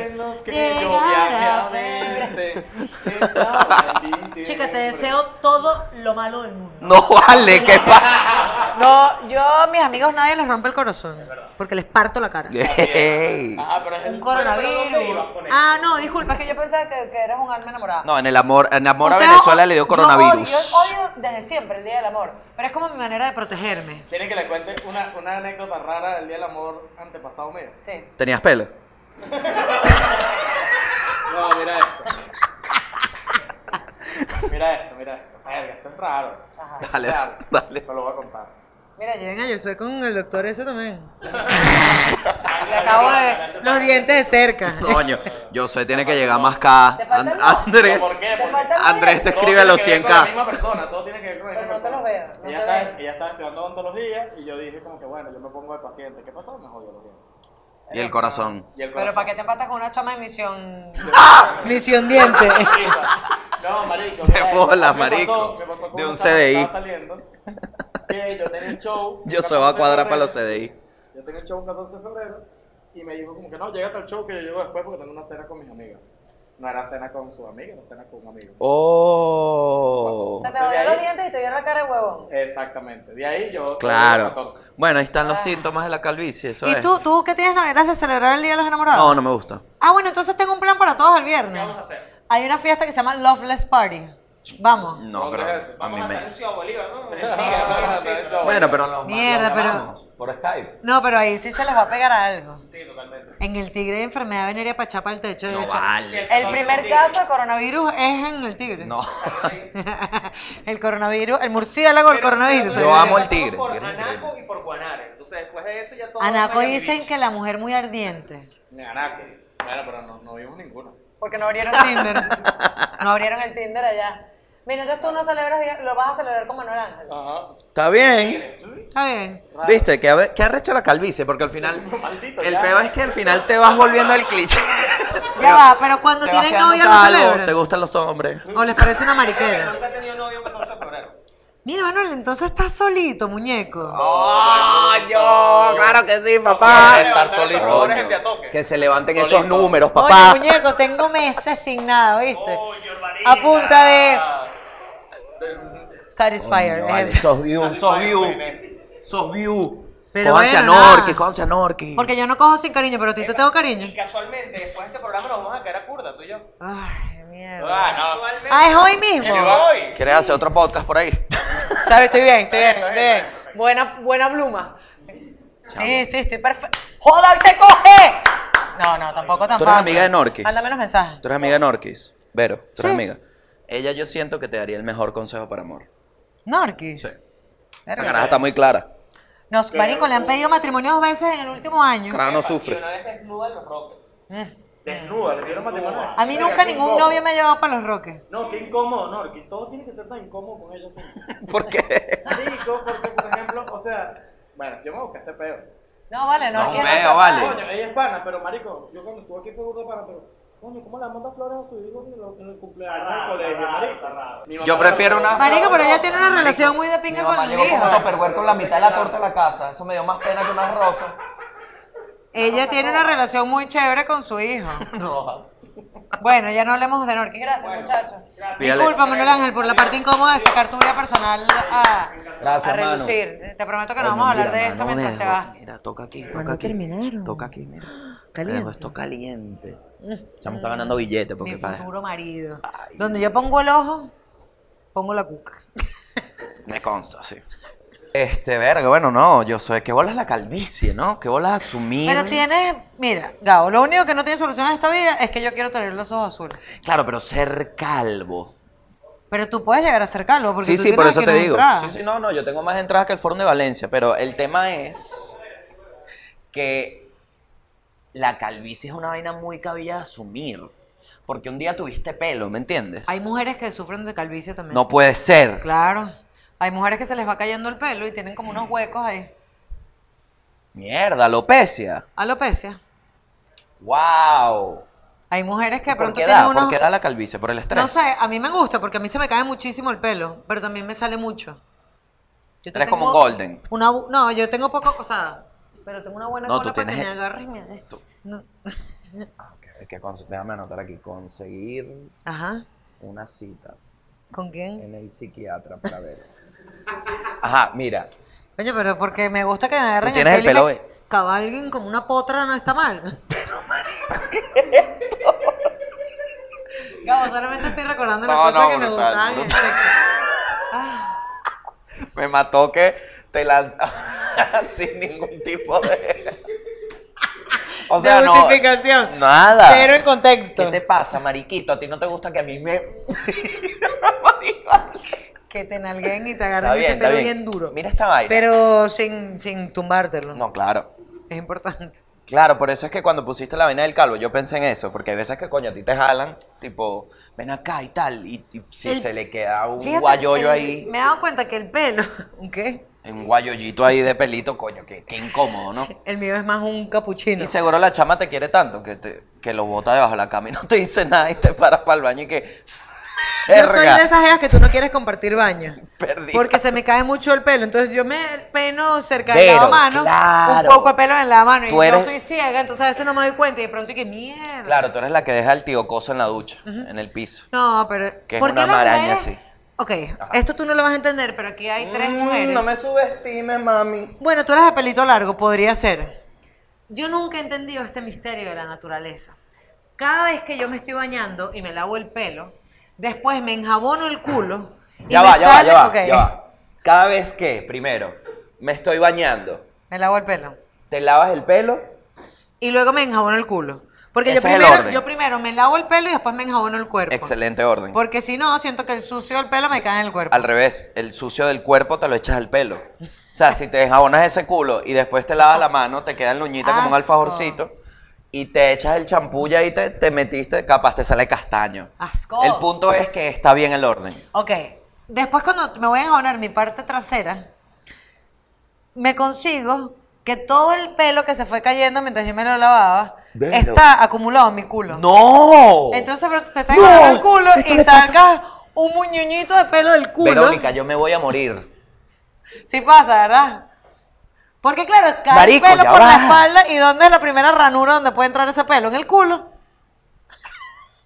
C: en los que yo
A: Llegar
C: viajé
A: a
C: a
A: verte.
C: verte. Estaba en diciembre.
A: Chica, te deseo todo lo malo del mundo.
B: No vale, ¿qué pasa?
A: No, yo a mis amigos nadie les rompe el corazón. Porque les parto la cara.
B: Ey.
C: Ajá, Ah, pero es
A: Un
C: el.
D: Bueno, pero ¿dónde ibas
A: coronavirus.
D: con esto?
A: Ah, no, disculpa, es que yo pensaba que, que eras un alma enamorada.
B: No, en el amor, en amor a
A: Ustedes
B: Venezuela
A: o-
B: le dio
A: yo
B: coronavirus.
A: odio- Yo odio desde siempre el Día del Amor, pero es como mi manera de protegerme.
C: ¿Quieren que le cuente una, una anécdota rara del Día del Amor antepasado mío?
A: Sí.
B: ¿Tenías pelo?
C: No, mira esto. Mira esto, mira esto. Verga, esto es raro.
A: Ajá.
B: Dale,
C: Raro.
B: dale.
C: Te lo voy a contar.
A: Mira, lleven a Josué con el doctor ese también. Le acabo de ver los dientes de cerca.
B: Coño, yo sé, tiene que llegar más acá.
A: ¿Te falta
B: An-
A: el no?
B: Andrés,
C: ¿Por qué?
A: Te
C: Porque
A: faltan
B: Andrés te
A: dientes.
C: todo
B: escribe a los
C: tiene que ver con La
B: 100k.
C: misma persona, todo tiene que ver con la
A: Pero
C: misma
A: no se
C: persona.
A: los veo, no
C: ella,
A: se
C: está,
A: ven.
C: ella estaba estudiando odontología y yo dije como que bueno, yo me pongo de paciente. ¿Qué pasó? Me jodió los dientes.
B: Y el corazón.
C: Y el
A: Pero
C: corazón.
A: ¿para qué te empatas con una chama de misión? Ah. Misión diente.
C: No, marico.
B: Qué
C: mira,
B: bola,
C: me
B: marico.
C: pasó- me pasó con
B: De un
C: una chama que
B: CDI.
C: Estaba saliendo. que yo tenía un show.
B: Yo
C: un
B: se va a
C: 14 de
B: cuadrar para
C: febrero.
B: los CDI.
C: Yo tenía un show un 14 de febrero y me dijo como que no, llega al show que yo llego después porque tengo una cena con mis amigas. No era cena con su amiga, era cena con un amigo.
B: Oh.
A: Se te jodieron los dientes y te vieron la cara de huevón.
C: Exactamente. De ahí yo.
B: Claro.
C: 14.
B: Bueno, ahí están los
A: Ah.
B: síntomas de la calvicie, eso
A: ¿Y
B: es.
A: tú, tú qué tienes novedades de celebrar el Día de los Enamorados?
B: No, no me gusta.
A: Ah, bueno, entonces tengo un plan para todos el viernes.
D: ¿Qué vamos a hacer?
A: Hay una fiesta que se llama Loveless Party. Vamos.
B: No,
C: ¿Dónde
B: pero
C: es eso?
B: a mí
D: Vamos a
B: me...
D: Tancio Bolívar, ¿no?
C: Ah,
D: Mentira,
C: Tancio
D: ¿no?
C: Bolívar.
B: Bueno, pero lo
A: Mierda,
B: lo
A: pero-
B: hablamos Por Skype.
A: No, pero ahí sí se les va a pegar a algo.
D: Sí, totalmente.
A: En el tigre de enfermedad venérea pachapa el techo. De
B: No
A: hecho,
B: vale.
A: el primer caso de coronavirus es en el tigre.
B: No.
A: el coronavirus, el murciélago, el
D: Pero-
A: coronavirus.
D: pero
B: Yo amo el
D: pasamos
B: tigre,
D: Por
B: tigre es
D: Anaco
B: increíble.
D: y por Guanare. Entonces, después de eso ya todo.
A: Anaco
D: es Miami
A: dicen
D: Beach.
A: que la mujer muy ardiente.
C: Ni Anaco. Bueno, pero no, no vimos ninguno.
A: Porque no abrieron Tinder. no abrieron el Tinder allá. Mira, entonces tú no celebras, día- lo vas a celebrar con Manuel Ángel.
C: Ajá.
B: Está bien.
A: Está bien.
B: Viste, que, ha- que arrecha la calvicie, porque al final.
C: Maldito,
B: El
C: ya.
B: peor es que al final te vas volviendo el cliché.
A: Ya va, pero cuando
B: Te vas
A: tienen
B: quedando
A: novia no
B: calvo, Te
A: celebran.
B: gustan los hombres.
A: O les parece una
D: Pero
A: mariquera.
D: nunca he tenido novio un 14 de febrero.
A: Mira, Manuel, entonces estás solito, muñeco.
B: ¡Oh, yo! ¡Claro que sí,
D: papá. Estar solito. Ahora es el de a toque.
B: Que se levanten
C: Solito.
B: esos números,
A: Oye,
B: papá.
A: muñeco, tengo meses sin nada, ¿viste?
D: Coño, hermanita.
A: A punta de-
B: Coño,
A: Satisfyer.
B: vale,
A: es.
B: Sos view, sos
D: pues,
B: view.
D: View.
B: Sos view.
A: Pero
B: Cójanse
A: bueno,
B: a
A: nada.
B: Norqui, cójanse a Norqui.
A: Porque yo no cojo sin cariño, pero a ti te tengo
D: Y
A: cariño.
D: casualmente, después de este programa nos vamos a caer a curda, tú y yo.
A: Ay, mierda.
C: Ah, no.
D: Casualmente.
A: Ah, es hoy
D: Es
A: mismo.
D: hoy.
B: ¿Quieres hacer otro podcast por ahí?
A: Está bien, Estoy bien, estoy bien, estoy bien. Buena, buena pluma. Sí, sí, estoy perfecto. ¡Joda, te coge! No, no, tampoco tan
B: Tú eres
A: fácil.
B: amiga de Norquis.
A: Mándame unos mensajes.
B: Tú eres amiga de Norquis. Vero, tú eres
A: Sí.
B: amiga. Ella yo siento que te daría el mejor consejo para amor.
A: Norquis.
B: Esa
A: Verga.
B: caraja está muy clara.
A: Nos, marico, le han pedido matrimonio dos veces en el último año.
B: Caraja no
D: Epa, Y
B: sufre.
D: una vez desnuda en los roques.
A: Mm.
D: Desnuda, le dieron matrimonio.
A: A mí nunca ningún novio me ha llevado para los roques.
C: No, qué incómodo, no, que todo tiene que ser tan incómodo con ellos.
B: ¿Por qué?
C: Marico, porque por ejemplo, o sea, bueno, yo me busqué este peo.
A: No, vale,
B: No,
A: Norquis.
B: veo, vale.
C: Coño, ella es pana, pero marico, yo cuando estuve aquí fue burda pana, pero coño, ¿cómo le manda flores a su hijo en el, en el cumpleaños del colegio, marico? Mi mamá
B: Yo prefiero
C: me lo-
B: una-
A: Marico, pero ella tiene una
B: Marico,
A: relación muy de pinga con el hijo.
B: topperware con la mitad de la torta a la casa. Eso me dio más pena que unas rosas.
A: Ella tiene una relación muy chévere con su hijo.
B: Rojas.
A: Bueno, ya no hablemos de Norquis. Gracias, muchachos.
B: Pídale.
A: Disculpa, Manuel Ángel, por la parte incómoda de sacar tu vida personal a,
B: Gracias,
A: a
B: mano.
A: relucir. Te prometo que no
B: Coño,
A: vamos a hablar
B: mira,
A: de esto
B: mano,
A: mientras te
B: dejo.
A: vas.
B: Mira, toca aquí,
A: Pero
B: toca
A: no
B: aquí.
A: terminaron.
B: Toca aquí, mira.
A: Caliente. Mm.
B: Dejo esto caliente. Chamo está ganando billetes porque
A: Mi
B: para-
A: futuro marido. Donde yo pongo el ojo, pongo la cuca.
B: Me consta, sí. Este, verga, bueno, no, yo soy, que bolas la calvicie, ¿no? Que bolas asumir.
A: Pero tienes, mira, Gabo, lo único que no tiene solución en esta vida es que yo quiero tener los ojos azules.
B: Claro, pero ser calvo.
A: Pero tú puedes llegar a ser calvo porque
B: Sí,
A: tú
B: sí, por
A: tienes
B: eso
A: aquí
B: te
A: unas
B: digo.
A: entradas.
B: Sí, sí, no, no, yo tengo más entradas que el Foro de Valencia, pero el tema es que la calvicie es una vaina muy cabilla de asumir. Porque un día tuviste pelo, ¿me entiendes?
A: Hay mujeres que sufren de calvicie también.
B: No puede ser.
A: Claro. Hay mujeres que se les va cayendo el pelo y tienen como unos huecos ahí.
B: Mierda, alopecia.
A: Alopecia.
B: ¡Wow!
A: Hay mujeres que de
B: ¿Por
A: pronto
B: qué
A: tienen
B: da?
A: unos...
B: ¿Por qué da la calvicie? ¿Por el estrés?
A: No sé, a mí me gusta porque a mí se me cae muchísimo el pelo, pero también me sale mucho. Yo
B: Eres
A: tengo
B: como un golden.
A: Una, bu- no, yo tengo poco, o sea, pero tengo una buena
B: No,
A: cola
B: tú
A: para que me
B: tienes- e-
A: agarre y me dé.
B: Tú-
A: No.
B: Es que conse- déjame anotar aquí, conseguir
A: Ajá.
B: una cita
A: ¿Con quién?
B: en el psiquiatra para ver. Ajá, mira,
A: Oye, pero porque me gusta que me agarren
B: tienes el
A: pelo y
B: pelo,
A: me cabalguen como una potra, no está mal. Pero, Gabo, solamente estoy recordando las
B: No,
A: cosas
B: no,
A: que me
B: brutal,
A: gustaban. en el
B: brutal.
A: sexo. Ah.
B: me mató que te lanzó sin ningún tipo de... O
A: De justificación.
B: Nada.
A: Cero en contexto.
B: ¿Qué te pasa, mariquito? A ti no te gusta que a mí me...
A: Que te nalguen y te
B: Está
A: agarren
B: bien,
A: ese
B: está
A: pelo
B: bien.
A: bien. duro.
B: Mira esta vaina.
A: Pero sin, sin tumbártelo.
B: No, claro.
A: Es importante.
B: Claro, por eso es que cuando pusiste la vaina del calvo, yo pensé en eso, porque hay veces que coño a ti te jalan, tipo, ven acá y tal, y, y si
A: El-
B: se le queda un
A: Fíjate,
B: guayoyo
A: el-
B: ahí,
A: Me he dado cuenta que el pelo, ¿un qué?
B: un guayoyito ahí de pelito, coño, qué, qué incómodo, ¿no?
A: El mío es más un capuchino.
B: Y seguro la chama te quiere tanto que, te, que lo bota debajo de la cama y no te dice nada y te paras para el baño y que.
A: Yo soy
B: "Erga,
A: de esas ideas que tú no quieres compartir baño.
B: perdí".
A: Porque se me cae mucho el pelo. Entonces yo me peino cerca
B: Pero,
A: del lavamano.
B: claro.
A: Un poco de pelo en la mano. Y
B: Tú eres-
A: yo soy ciega, entonces a veces no me doy cuenta. Y de pronto, y que mierda.
B: Claro, tú eres la que deja el tío coso en la ducha, en el piso.
A: No, pero.
B: Que es
A: ¿por qué
B: una
A: las
B: maraña
A: mujeres-
B: así.
A: Ok, esto tú no lo vas a entender, pero aquí hay tres
B: Mm,
A: mujeres.
B: No me subestimes, mami.
A: Bueno, tú eras de pelito largo, podría ser. Yo nunca he entendido este misterio de la naturaleza. Cada vez que yo me estoy bañando y me lavo el pelo, después me enjabono el culo. y
B: Ah. Ya
A: me
B: va, ya va,
A: sale-
B: ya va,
A: ok,
B: ya va. Cada vez que, primero, me estoy bañando,
A: Me lavo el pelo.
B: te lavas el pelo,
A: Y luego me enjabono el culo. Porque yo
B: Ese es el
A: primero,
B: orden.
A: yo primero me lavo el pelo y después me enjabono el cuerpo.
B: excelente orden.
A: Porque si no, siento que el sucio del pelo me cae en el cuerpo.
B: Al revés, el sucio del cuerpo te lo echas al pelo. O sea, si te desabonas ese culo y después te lavas la mano, te queda el uñita como un
A: Asco.
B: alfajorcito y te echas el champú y ahí te, te metiste, capaz te sale castaño.
A: Asco.
B: El punto es que está bien el orden.
A: Ok. Después cuando me voy a enjabonar mi parte trasera, me consigo que todo el pelo que se fue cayendo mientras yo me lo lavaba
B: Velo.
A: está acumulado en mi culo.
B: ¡No!
A: Entonces, pero se está
B: No.
A: enjabolando el culo
B: Esto
A: y
B: le pasa-
A: sacas un muñuñito de pelo del culo.
B: Verónica, yo me voy a morir.
A: Sí pasa, ¿verdad? Porque claro, cae
B: Marico,
A: el pelo
B: ya
A: por la
B: va.
A: espalda y ¿dónde es la primera ranura donde puede entrar ese pelo? En el culo.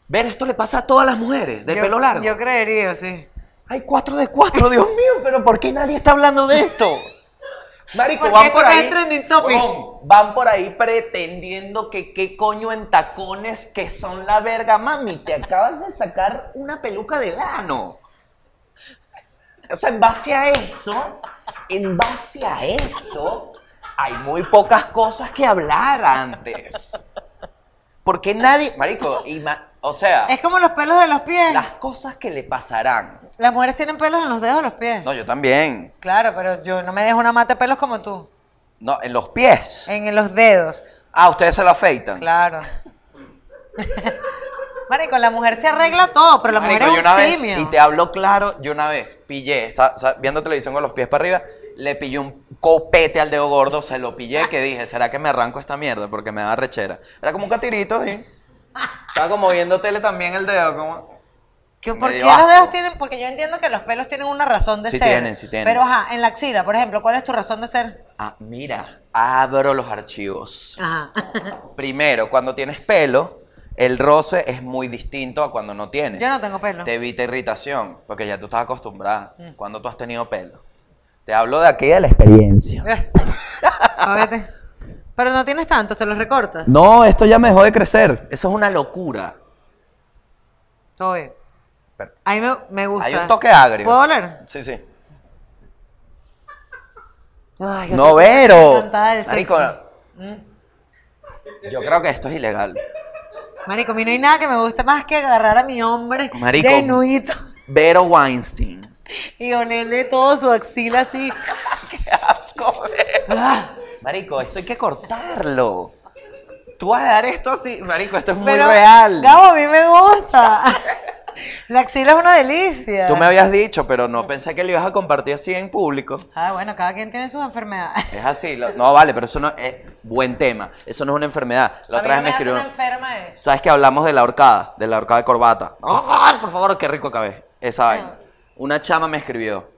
B: Ver, esto le pasa a todas las mujeres, de
A: Yo-
B: pelo largo.
A: Yo creería, sí.
B: Hay cuatro de cuatro, Dios mío, pero ¿por qué nadie está hablando de esto? Marico,
A: Porque
B: van
A: esto
B: por
A: no
B: ahí.
A: es trending topic.
B: huevón, van por ahí pretendiendo que qué coño en tacones que son la verga, mami. Te acabas de sacar una peluca de lano. O sea, en base a eso, en base a eso, hay muy pocas cosas que hablar antes. Porque nadie. Marico, ima- o sea,
A: Es como los pelos de los pies.
B: las cosas que le pasarán.
A: Las mujeres tienen pelos en los dedos de los pies.
B: No, yo también.
A: Claro, pero yo no me dejo una mata de pelos como tú.
B: No, en los pies.
A: En los dedos.
B: Ah, ustedes se lo afeitan.
A: Eh. Claro. Marico, la mujer se arregla todo, pero la
B: Marico,
A: mujer
B: yo
A: es
B: una
A: un
B: vez,
A: simio.
B: y te hablo claro, yo una vez pillé, estaba o sea, viendo televisión con los pies para arriba, le pillé un copete al dedo gordo, se lo pillé, que dije, ¿será que me arranco esta mierda? Porque me da rechera. Era como un catirito, sí. Estaba como viendo tele también el dedo, como...
A: Que-
B: me
A: ¿Por qué
B: dio
A: los
B: asco.
A: dedos tienen? Porque yo entiendo que los pelos tienen una razón de
B: Sí
A: ser.
B: tienen, sí tienen.
A: Pero ajá, en la axila, por ejemplo, ¿cuál es tu razón de ser?
B: Ah, mira, abro los archivos.
A: Ajá.
B: Primero, cuando tienes pelo, el roce es muy distinto a cuando no tienes.
A: Yo no tengo pelo.
B: Te evita irritación, porque ya tú estás acostumbrada.
A: Mm.
B: Cuando tú has tenido pelo. Te hablo de aquí de la experiencia.
A: Eh, jódete. Pero no tienes tantos, te los recortas.
B: No, esto ya me dejó de crecer. Eso es una locura.
A: Todo bien.
B: Pero-
A: A mí me, me gusta.
B: Hay un toque agrio.
A: ¿Puedo oler?
B: Sí, sí.
A: Ay,
B: No,
A: otra cosa
B: Vero.
A: encantada del
B: Marico.
A: sexo. Mm.
B: Yo creo que esto es ilegal.
A: Marico, a mí no hay nada que me guste más que agarrar a mi hombre
B: Marico.
A: de nudito
B: Vero Weinstein.
A: y olerle todo su axila así. Ah,
B: Marico, esto hay que cortarlo. Tú vas a dar esto así. Marico, esto es muy
A: pero,
B: real.
A: Gabo, a mí me gusta. La axila es una delicia.
B: Tú me habías dicho, pero no pensé que lo ibas a compartir así en público.
A: Ah, bueno, cada quien tiene sus enfermedades.
B: Es así, lo- no vale, pero eso no es buen tema. Eso no es una enfermedad. La
A: a mí
B: otra
A: no
B: vez me
A: me hace
B: escribió.
A: una enferma eso.
B: ¿Sabes que hablamos de la horcada? De la horcada de corbata. ¡Ay, por favor, qué rico acabé! Esa vaina. Una chama me escribió.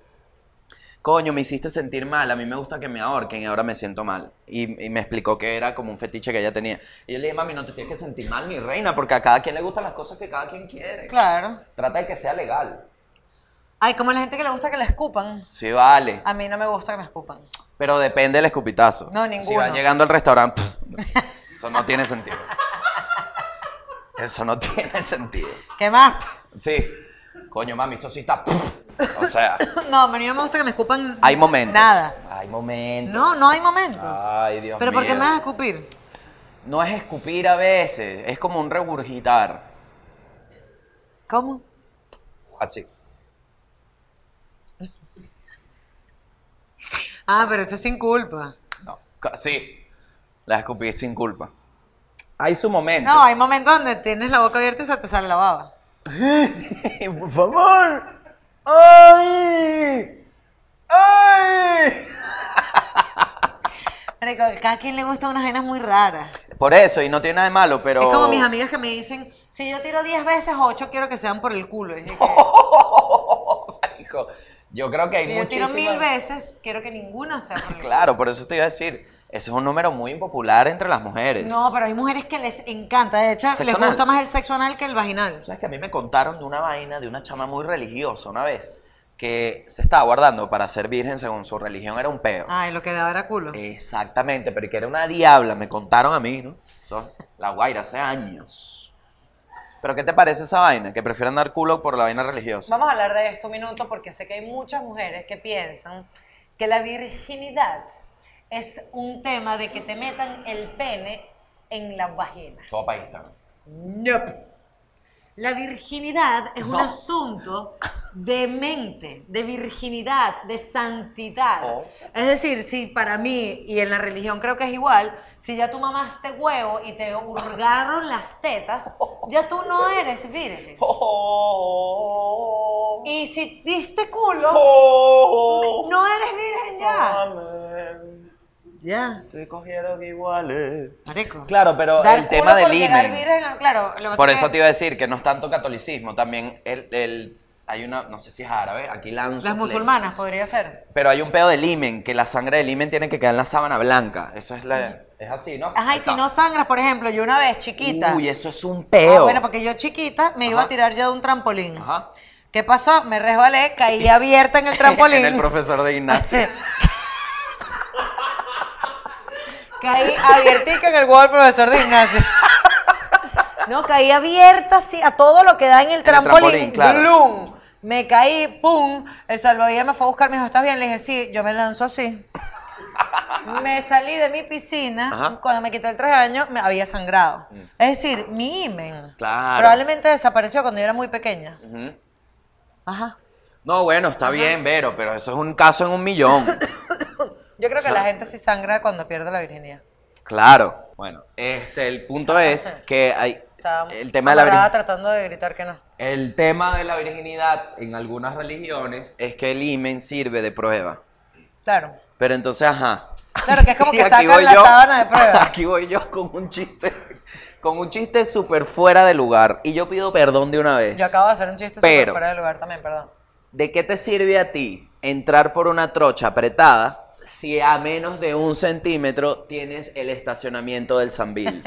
B: Coño, me hiciste sentir mal. A mí me gusta que me ahorquen y ahora me siento mal. Y, y me explicó que era como un fetiche que ella tenía. Y yo le dije, mami, no te tienes que sentir mal, mi reina, porque a cada quien le gustan las cosas que cada quien quiere.
A: Claro.
B: Trata de que sea legal.
A: Ay, como la gente que le gusta que le escupan.
B: Sí, vale.
A: A mí no me gusta que me escupan.
B: Pero depende del escupitazo.
A: Ah. No,
B: Si
A: ninguno.
B: van llegando al restaurante, eso no tiene sentido. Eso no tiene sentido.
A: ¿Qué más?
B: Sí. Coño, mami, esto sí está. O sea,
A: No, a mí no me gusta que me escupan
B: hay momentos.
A: nada.
B: Hay momentos.
A: No, no hay momentos.
B: Ay, Dios
A: ¿Pero por qué
B: mío.
A: me vas a escupir?
B: No es escupir a veces, es como un regurgitar.
A: ¿Cómo?
B: Así.
A: Ah, pero eso es sin culpa.
B: No. co- Sí. La escupí sin culpa. Hay su momento.
A: No, hay momentos donde tienes la boca abierta y se te sale la baba.
B: Por favor. ¡Ay! ¡Ay!
A: Marico, cada quien le gusta unas vainas muy raras.
B: Por eso, y no tiene nada de malo, pero.
A: Es como mis amigas que me dicen, si yo tiro 10 veces, 8 quiero que sean por el culo. Y dije,
B: Marico, Yo creo que hay
A: si yo tiro
B: muchísimas.
A: mil veces, quiero que ninguna sea por el culo.
B: Claro, por eso te iba a decir. Ese es un número muy impopular entre las mujeres.
A: No, pero hay mujeres que les encanta. De hecho,
B: ¿Sexo
A: les
B: anal?
A: gusta más el sexo anal que el vaginal.
B: ¿Sabes que a mí me contaron de una vaina de una chama muy religiosa una vez? Que se estaba guardando para ser virgen según su religión era un peo.
A: Ay, Ah, lo que daba era culo.
B: Eh, Exactamente, pero que era una diabla, me contaron a mí, ¿no? Eso, la guaira hace años. Pero ¿qué te parece esa vaina? Que prefieren dar culo por la vaina religiosa.
A: Vamos a hablar de esto un minuto porque sé que hay muchas mujeres que piensan que la virginidad es un tema de que te metan el pene en la vagina.
B: Todo paisa.
A: La virginidad es un asunto de mente, de virginidad, de santidad.
B: Oh.
A: Es decir, si para mí, y en la religión creo que es igual, si ya tú mamaste huevo y te hurgaron las tetas, ya tú no eres virgen.
B: Oh,
A: Y si diste culo,
B: oh,
A: no eres virgen ya. Ya.
B: Te cogieron iguales.
A: Marico.
B: Claro, pero
A: Dar
B: el
A: culo
B: tema
A: por
B: del
A: llegar
B: himen.
A: virgen, claro, lo que
B: Por
A: pasa
B: eso
A: es
B: te
A: que
B: iba a decir que no es tanto catolicismo, también el, el- hay una, no sé si es árabe, aquí lanzo.
A: Las
B: flechas.
A: musulmanas podría ser.
B: Pero hay un pedo del himen, que la sangre del himen tiene que quedar en la sábana blanca. Eso es la, es así, ¿no?
A: Ajá, y si
B: Está.
A: no sangras, por ejemplo, yo una vez chiquita.
B: Uy, eso es un
A: Ah,
B: peo.
A: bueno, porque yo chiquita me iba
B: Ajá.
A: a tirar yo de un trampolín.
B: Ajá.
A: ¿Qué pasó? Me resbalé, caí abierta en el trampolín.
B: En el profesor de gimnasia.
A: Caí abiertica en el huevo del profesor de gimnasia. No, caí abierta así a todo lo que da en el trampolín.
B: trampolín, claro.
A: ¡Blum! Me caí, ¡pum! El salvavidas me fue a buscar, me dijo, ¿estás bien? Le dije, sí, yo me lanzo así. Me salí de mi piscina,
B: Ajá. Mm.
A: cuando me quité el traje de baño, me había sangrado. Es decir, mi imen
B: Claro.
A: probablemente desapareció cuando yo era muy pequeña.
B: Ujú.
A: Ajá.
B: No, bueno, está bien, Vero, pero eso es un caso en un millón.
A: Yo creo que la gente sí sangra cuando pierde la virginidad.
B: claro. Bueno, este, el punto es que hay
A: Estaba
B: el tema de la
A: amarrada
B: virginidad.
A: tratando de gritar que no.
B: El tema de la virginidad en algunas religiones es que el himen sirve de prueba.
A: Claro.
B: Pero entonces, ajá.
A: Claro, que es como
B: Y
A: que
B: aquí
A: sacan
B: voy
A: la
B: yo-
A: sábana de prueba.
B: Aquí voy yo con un chiste, con un chiste súper fuera de lugar. Y yo pido perdón de una vez.
A: Yo acabo de hacer un chiste
B: Pero-
A: súper fuera de lugar también, perdón.
B: ¿De qué te sirve a ti entrar por una trocha apretada si a menos de un centímetro tienes el estacionamiento del Sambil?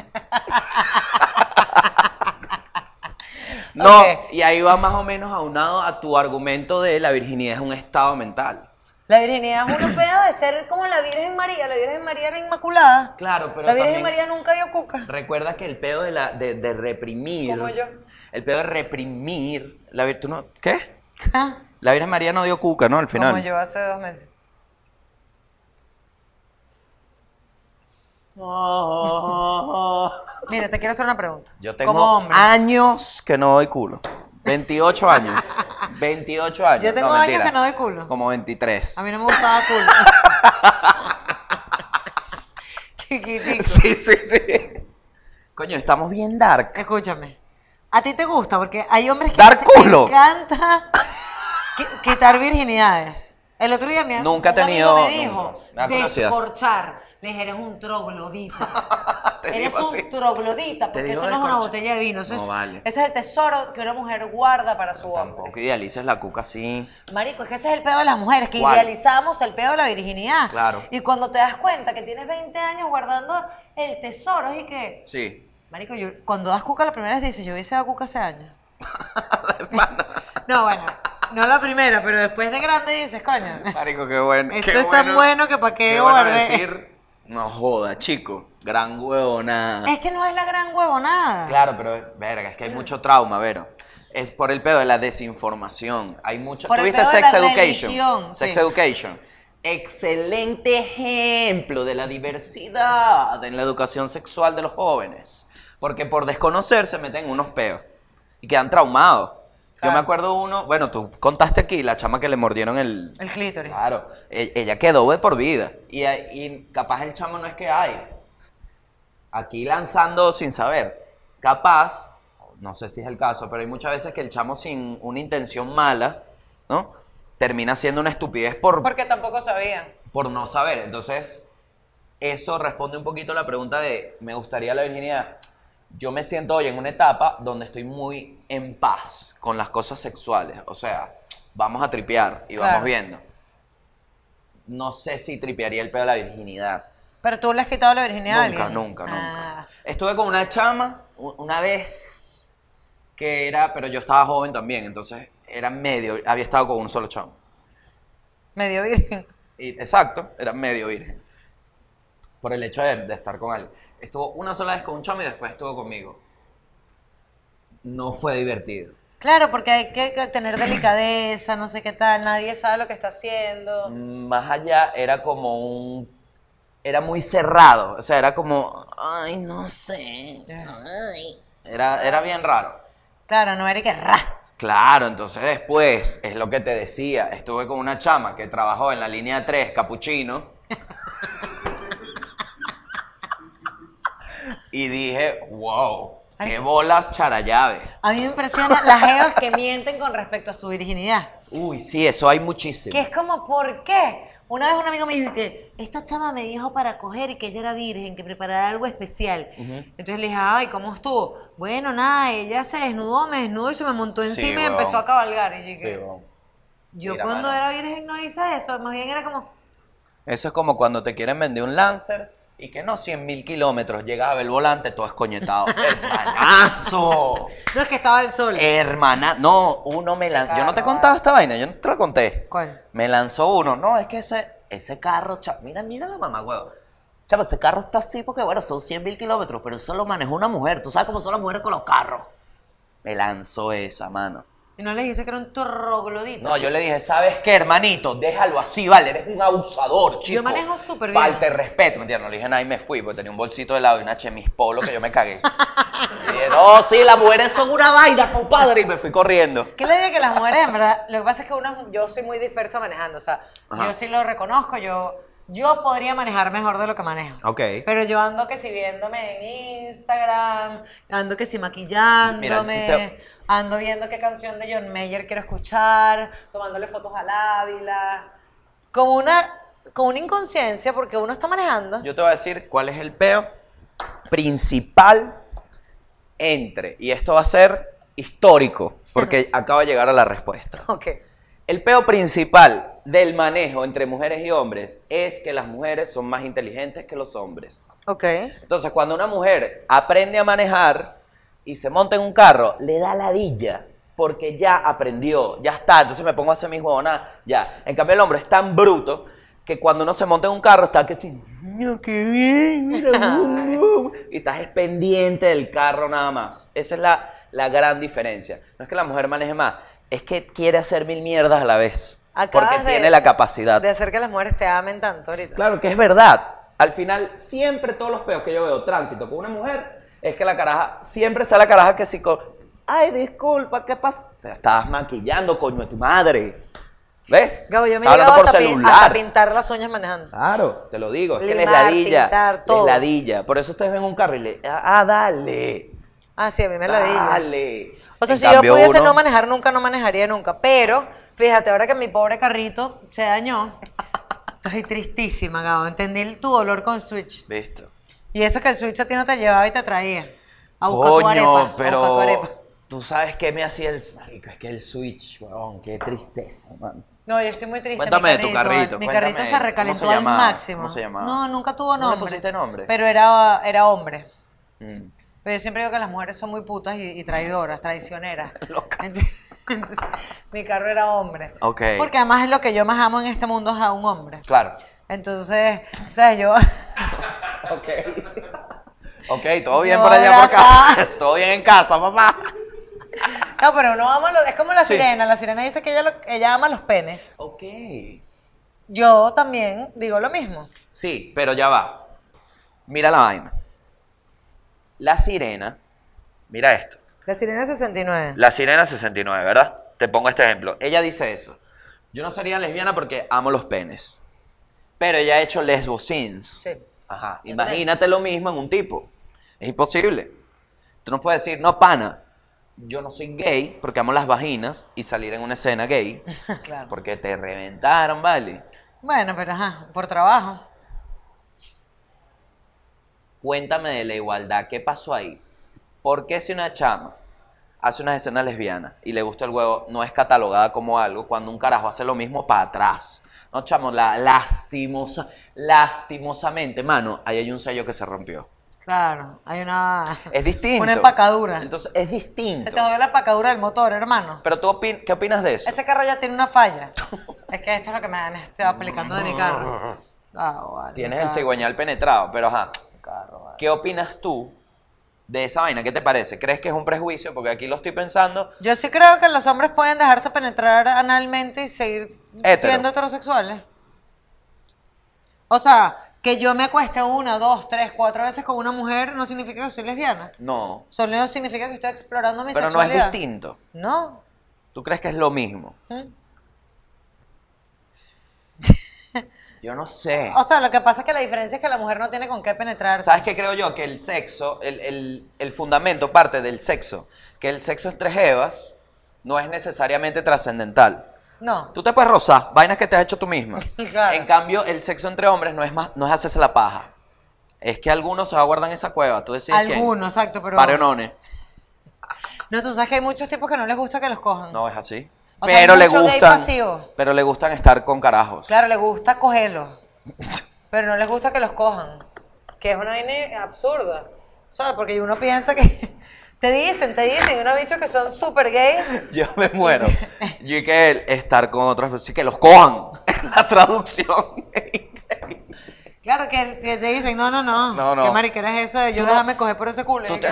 B: no,
A: Ok.
B: y ahí va más o menos aunado a tu argumento de la virginidad es un estado mental.
A: La virginidad es una peda de ser como la Virgen María. La Virgen María era inmaculada.
B: Claro, pero
A: la Virgen
B: también-
A: María nunca dio cuca.
B: Recuerda que el pedo de, la, de, de reprimir.
A: Como yo.
B: El pedo de reprimir. La virtud no. ¿Qué?
A: Ja,
B: La Virgen María no dio cuca, ¿no? Al final.
A: Ah, Como yo hace dos meses. Mira, te quiero hacer una pregunta.
B: Yo tengo Ah.
A: como hombre.
B: años que no doy culo. 28 años. 28 años.
A: Yo tengo años que no doy culo.
B: Como 23.
A: A mí no me gustaba culo. Chiquitico.
B: Sí, sí, sí. Coño, estamos bien dark.
A: Escúchame. ¿A ti te gusta? Porque hay hombres que
B: Dar
A: les
B: culo.
A: encanta qui- quitar virginidades. El otro día mi am-
B: Nunca he
A: un amigo
B: tenido-
A: me dijo
B: nunca. Me da curiosidad.
A: descorchar. Le dije, eres un troglodita.
B: Te
A: eres
B: digo
A: un
B: así.
A: troglodita, porque
B: digo
A: eso no es una
B: descorcha.
A: botella de vino. Eso
B: No
A: es,
B: vale.
A: Ese es el tesoro que una mujer guarda para su
B: Tampoco
A: hombre.
B: idealices la cuca así.
A: Marico, es que ese es el pedo de las mujeres, que
B: ¿Cuál?
A: idealizamos el pedo de la virginidad.
B: Claro.
A: Y cuando te das cuenta que tienes 20 años guardando el tesoro y que...
B: Sí.
A: Marico, yo, cuando das cuca la primera vez dices, yo hubiese dado cuca hace años. no, bueno, no la primera, pero después de grande dices, coño,
B: Marico, qué bueno.
A: esto
B: qué
A: es tan bueno que para qué,
B: Qué bueno
A: guardé.
B: decir. No joda, chico. Gran huevonada.
A: Es que no es la gran huevonada.
B: Claro, pero verga, es que hay mucho trauma, Vero. Es por el pedo de la desinformación. Hay mucho.
A: Por el
B: ¿Tuviste
A: pedo de
B: Sex
A: la
B: Education?
A: religión,
B: Sex
A: sí.
B: Education. Excelente ejemplo de la diversidad en la educación sexual de los jóvenes. Porque por desconocer se meten en unos peos y quedan traumados. Yo
A: Claro.
B: me acuerdo uno, bueno, tú contaste aquí la chama que le mordieron el,
A: El clítoris.
B: Claro, e- ella quedó de por vida. Y, eh, y capaz el chamo no es que hay. Aquí lanzando sin saber. Capaz, no sé si es el caso, pero hay muchas veces que el chamo sin una intención mala, ¿no? Termina siendo una estupidez por,
A: Porque tampoco sabían.
B: por no saber. Entonces, eso responde un poquito a la pregunta de, me gustaría la virginidad. Yo me siento hoy en una etapa donde estoy muy en paz con las cosas sexuales. O sea, vamos a tripear y vamos
A: Claro.
B: viendo. No sé si tripearía el pedo de la virginidad.
A: Pero tú le has quitado la virginidad a
B: Nunca,
A: alguien.
B: nunca, nunca.
A: Ah.
B: Estuve con una chama u- una vez que era, pero yo estaba joven también, entonces era medio, había estado con un solo chamo.
A: Medio virgen.
B: Y- exacto, era medio virgen. Por el hecho de, de estar con él. Estuvo una sola vez con un chamo y después estuvo conmigo. no fue divertido.
A: Claro, porque hay que que tener delicadeza, no sé qué tal, nadie sabe lo que está
B: Mm.
A: haciendo.
B: Más allá era como un... Era muy cerrado, o sea, era como...
F: Ay, no sé. Ay.
B: Era, era bien raro.
A: Claro, no era que ra.
B: Claro, entonces después, es lo que te decía, estuve con una chama que trabajó en la línea 3, capuchino. y dije, wow, qué bolas charallave.
A: A mí me impresionan las geos que mienten con respecto a su virginidad.
B: Uy, sí, eso hay muchísimo.
A: Que es como, ¿por qué? Una vez un amigo me dijo que esta chama me dijo para coger y que ella era virgen, que preparara algo especial. Entonces le dije, ay, ¿cómo estuvo? Bueno, nada, ella se desnudó, me desnudó y se me montó
B: Sí,
A: encima y
B: huevón.
A: empezó a cabalgar. Y yo,
B: Sí,
A: dije,
B: bueno.
A: yo
B: Mira,
A: cuando
B: mano.
A: era virgen no hice eso, más bien era como,
B: Eso es como cuando te quieren vender un Lancer y que no, 100 mil kilómetros, llegaba el volante todo escoñetado. ¡Hermanazo!
A: no es que estaba el sol.
B: Eh. Hermana, no, uno me lanzó. Yo no te
A: Carnaval.
B: he contado esta vaina, yo no te la conté.
A: ¿Cuál?
B: Me lanzó uno. No, es que ese, ese carro, chavo, mira, mira la mamá, huevo. Chavo, ese carro está así porque, bueno, son 100 mil kilómetros, pero eso lo manejó una mujer. Tú sabes cómo son las mujeres con los carros. Me lanzó esa, mano.
A: Y no le dijiste que era un troglodito.
B: No, yo le dije, ¿sabes qué, hermanito? Déjalo así, vale, eres un abusador, chico.
A: manejo súper bien.
B: Falta de respeto, ¿me entiendes? No le dije nada y me fui, porque tenía un bolsito de lado y una chemis polo que yo me cagué. Y dije, no, sí, las mujeres son una vaina, compadre, y me fui corriendo.
A: ¿Qué le digo que las mujeres, en verdad? Lo que pasa es que uno, yo soy muy dispersa manejando, o sea,
B: Ajá.
A: yo sí lo reconozco, yo, yo podría manejar mejor de lo que manejo.
B: Ok.
A: Pero yo ando que si viéndome en Instagram, ando que si maquillándome,
B: Mira, te-
A: ando viendo qué canción de John Mayer quiero escuchar, tomándole fotos al Ávila, con una, con una inconsciencia porque uno está manejando.
B: Yo te voy a decir cuál es el peo principal entre, y esto va a ser histórico, porque acabo de llegar a la respuesta.
A: Ok.
B: El peo principal del manejo entre mujeres y hombres es que las mujeres son más inteligentes que los hombres.
A: Ok.
B: Entonces, cuando una mujer aprende a manejar y se monta en un carro, le da ladilla porque ya aprendió, ya está. Entonces me pongo a hacer mis huevonadas, ya. En cambio, el hombre es tan bruto que cuando uno se monta en un carro está que sí, "Ño, qué bien, mira, bum, bum", y estás es pendiente del carro nada más. Esa es la, la gran diferencia. No es que la mujer maneje más, es que quiere hacer mil mierdas a la vez.
A: Acabas
B: porque
A: de-
B: tiene la capacidad.
A: De hacer que las mujeres te amen tanto ahorita.
B: Claro que es verdad. Al final, siempre todos los peos que yo veo tránsito con una mujer es que la caraja, siempre sea la caraja que si con. Ay, disculpa, ¿qué pasa? Te estabas maquillando, coño, de tu madre. ¿Ves?
A: Gabo, yo me
B: Estaba
A: llegaba
B: hablando
A: hasta, pin- hasta pintar las uñas manejando.
B: Claro, te lo digo. Es que les
A: Limar,
B: ladilla.
A: pintar,
B: les
A: todo.
B: ladilla. Por eso ustedes ven un carro y le. Ah, ah, dale.
A: Ah, sí, a mí me la di.
B: Dale.
A: O sea,
B: En
A: si yo
B: cambio,
A: pudiese
B: uno-
A: no manejar nunca, no manejaría nunca. Pero, fíjate, ahora que mi pobre carrito se dañó, estoy tristísima, Gabo. Entendí tu dolor con Switch.
B: Listo.
A: Y eso que el Switch a ti no te llevaba y te traía. A buscar tu arepa. a
B: Coño,
A: buscar tu
B: pero.
A: arepa.
B: Tú sabes qué me hacía el. Marico, es que el Switch, weón, qué tristeza, mano.
A: No, yo estoy muy triste.
B: Cuéntame
A: mi
B: de tu carrito,
A: Mi
B: cuéntame,
A: carrito se
B: ¿cómo se
A: recalentó
B: llamaba?
A: al máximo.
B: ¿Cómo se llamaba?
A: No, nunca tuvo
B: ¿No le
A: nombre.
B: pusiste nombre?
A: Pero era, era hombre.
B: Mm.
A: Pero yo siempre digo que las mujeres son muy putas y, y traidoras, traicioneras.
B: Loca.
A: Entonces, entonces, mi carro era hombre.
B: Ok.
A: Porque además es lo que yo más amo en este mundo es a un hombre.
B: Claro.
A: Entonces, o sea, yo...
B: Ok. Ok, todo bien
A: Yo
B: por allá por acá.
A: abrazada.
B: Todo bien en casa, papá.
A: No, pero uno ama los... Es como la
B: Sí.
A: sirena. La sirena dice que ella, lo- ella ama los penes.
B: Ok.
A: Yo también digo lo mismo.
B: Sí, pero ya va. Mira la vaina. La sirena. Mira esto.
A: La sirena 69.
B: La sirena 69, ¿verdad? Te pongo este ejemplo. Ella dice eso. Yo no sería lesbiana porque amo los penes. Pero ella ha hecho lesbo sins.
A: Sí.
B: Ajá. Imagínate lo mismo en un tipo. Es imposible. Tú no puedes decir, no, pana, yo no soy gay porque amo las vaginas y salir en una escena gay
A: claro.
B: porque te reventaron, ¿vale?
A: Bueno, pero ajá, por trabajo.
B: Cuéntame de la igualdad, ¿qué pasó ahí? ¿Por qué si una chama hace unas escenas lesbianas y le gusta el huevo, no es catalogada como algo cuando un carajo hace lo mismo para atrás? No, chamo, la, lastimosa, lastimosamente, mano, ahí hay un sello que se rompió.
A: Claro, hay una...
B: Es distinto.
A: Una empacadura.
B: Entonces, es distinto.
A: Se te jodió la empacadura del motor, hermano.
B: Pero tú opin- ¿qué opinas de eso?
A: Ese carro ya tiene una falla. es que esto es lo que me han estado aplicando de mi carro. Ah, vale, mi
B: Tienes el
A: carro,
B: cigüeñal penetrado, pero ajá.
A: mi carro, vale.
B: ¿Qué opinas tú de esa vaina? ¿Qué te parece? ¿Crees que es un prejuicio? Porque aquí lo estoy pensando.
A: Yo sí creo que los hombres pueden dejarse penetrar analmente y seguir
B: Hétero.
A: siendo heterosexuales. O sea, que yo me acueste una, dos, tres, cuatro veces con una mujer no significa que soy lesbiana.
B: No.
A: Solo significa que estoy explorando mi
B: Pero no es
A: sexualidad.
B: distinto.
A: No.
B: ¿Tú crees que es lo mismo?
A: ¿Mm?
B: Yo no sé.
A: O sea, lo que pasa es que la diferencia es que la mujer no tiene con qué penetrar.
B: ¿Sabes qué creo yo? Que el sexo, el, el- el fundamento parte del sexo. Que el sexo entre jevas no es necesariamente trascendental.
A: No.
B: Tú te puedes rozar, vainas que te has hecho tú misma.
A: Claro.
B: En cambio, el sexo entre hombres no es más, no es hacerse la paja. Es que algunos se aguardan esa cueva. Tú decides quién.
A: Algunos, exacto, pero.
B: Parenones.
A: No, tú sabes que hay muchos tipos que no les gusta que los cojan.
B: No es así.
A: O sea, hay
B: pero le
A: mucho gay
B: gustan.
A: pasivo.
B: Pero le gustan estar con carajos.
A: Claro, les gusta cogerlos, pero no les gusta que los cojan. Que es una vaina absurda. ¿Sabes? Porque uno piensa que. Te dicen, te dicen, uno ha dicho que son súper gays.
B: Yo me muero. Yo y que él estar con otras personas. Que los cojan. La traducción.
A: Claro que, que te dicen, no, no, no.
B: No, no.
A: ¿Qué mariquera es esa? de Yo déjame coger por ese culo.
B: ¿Tú te,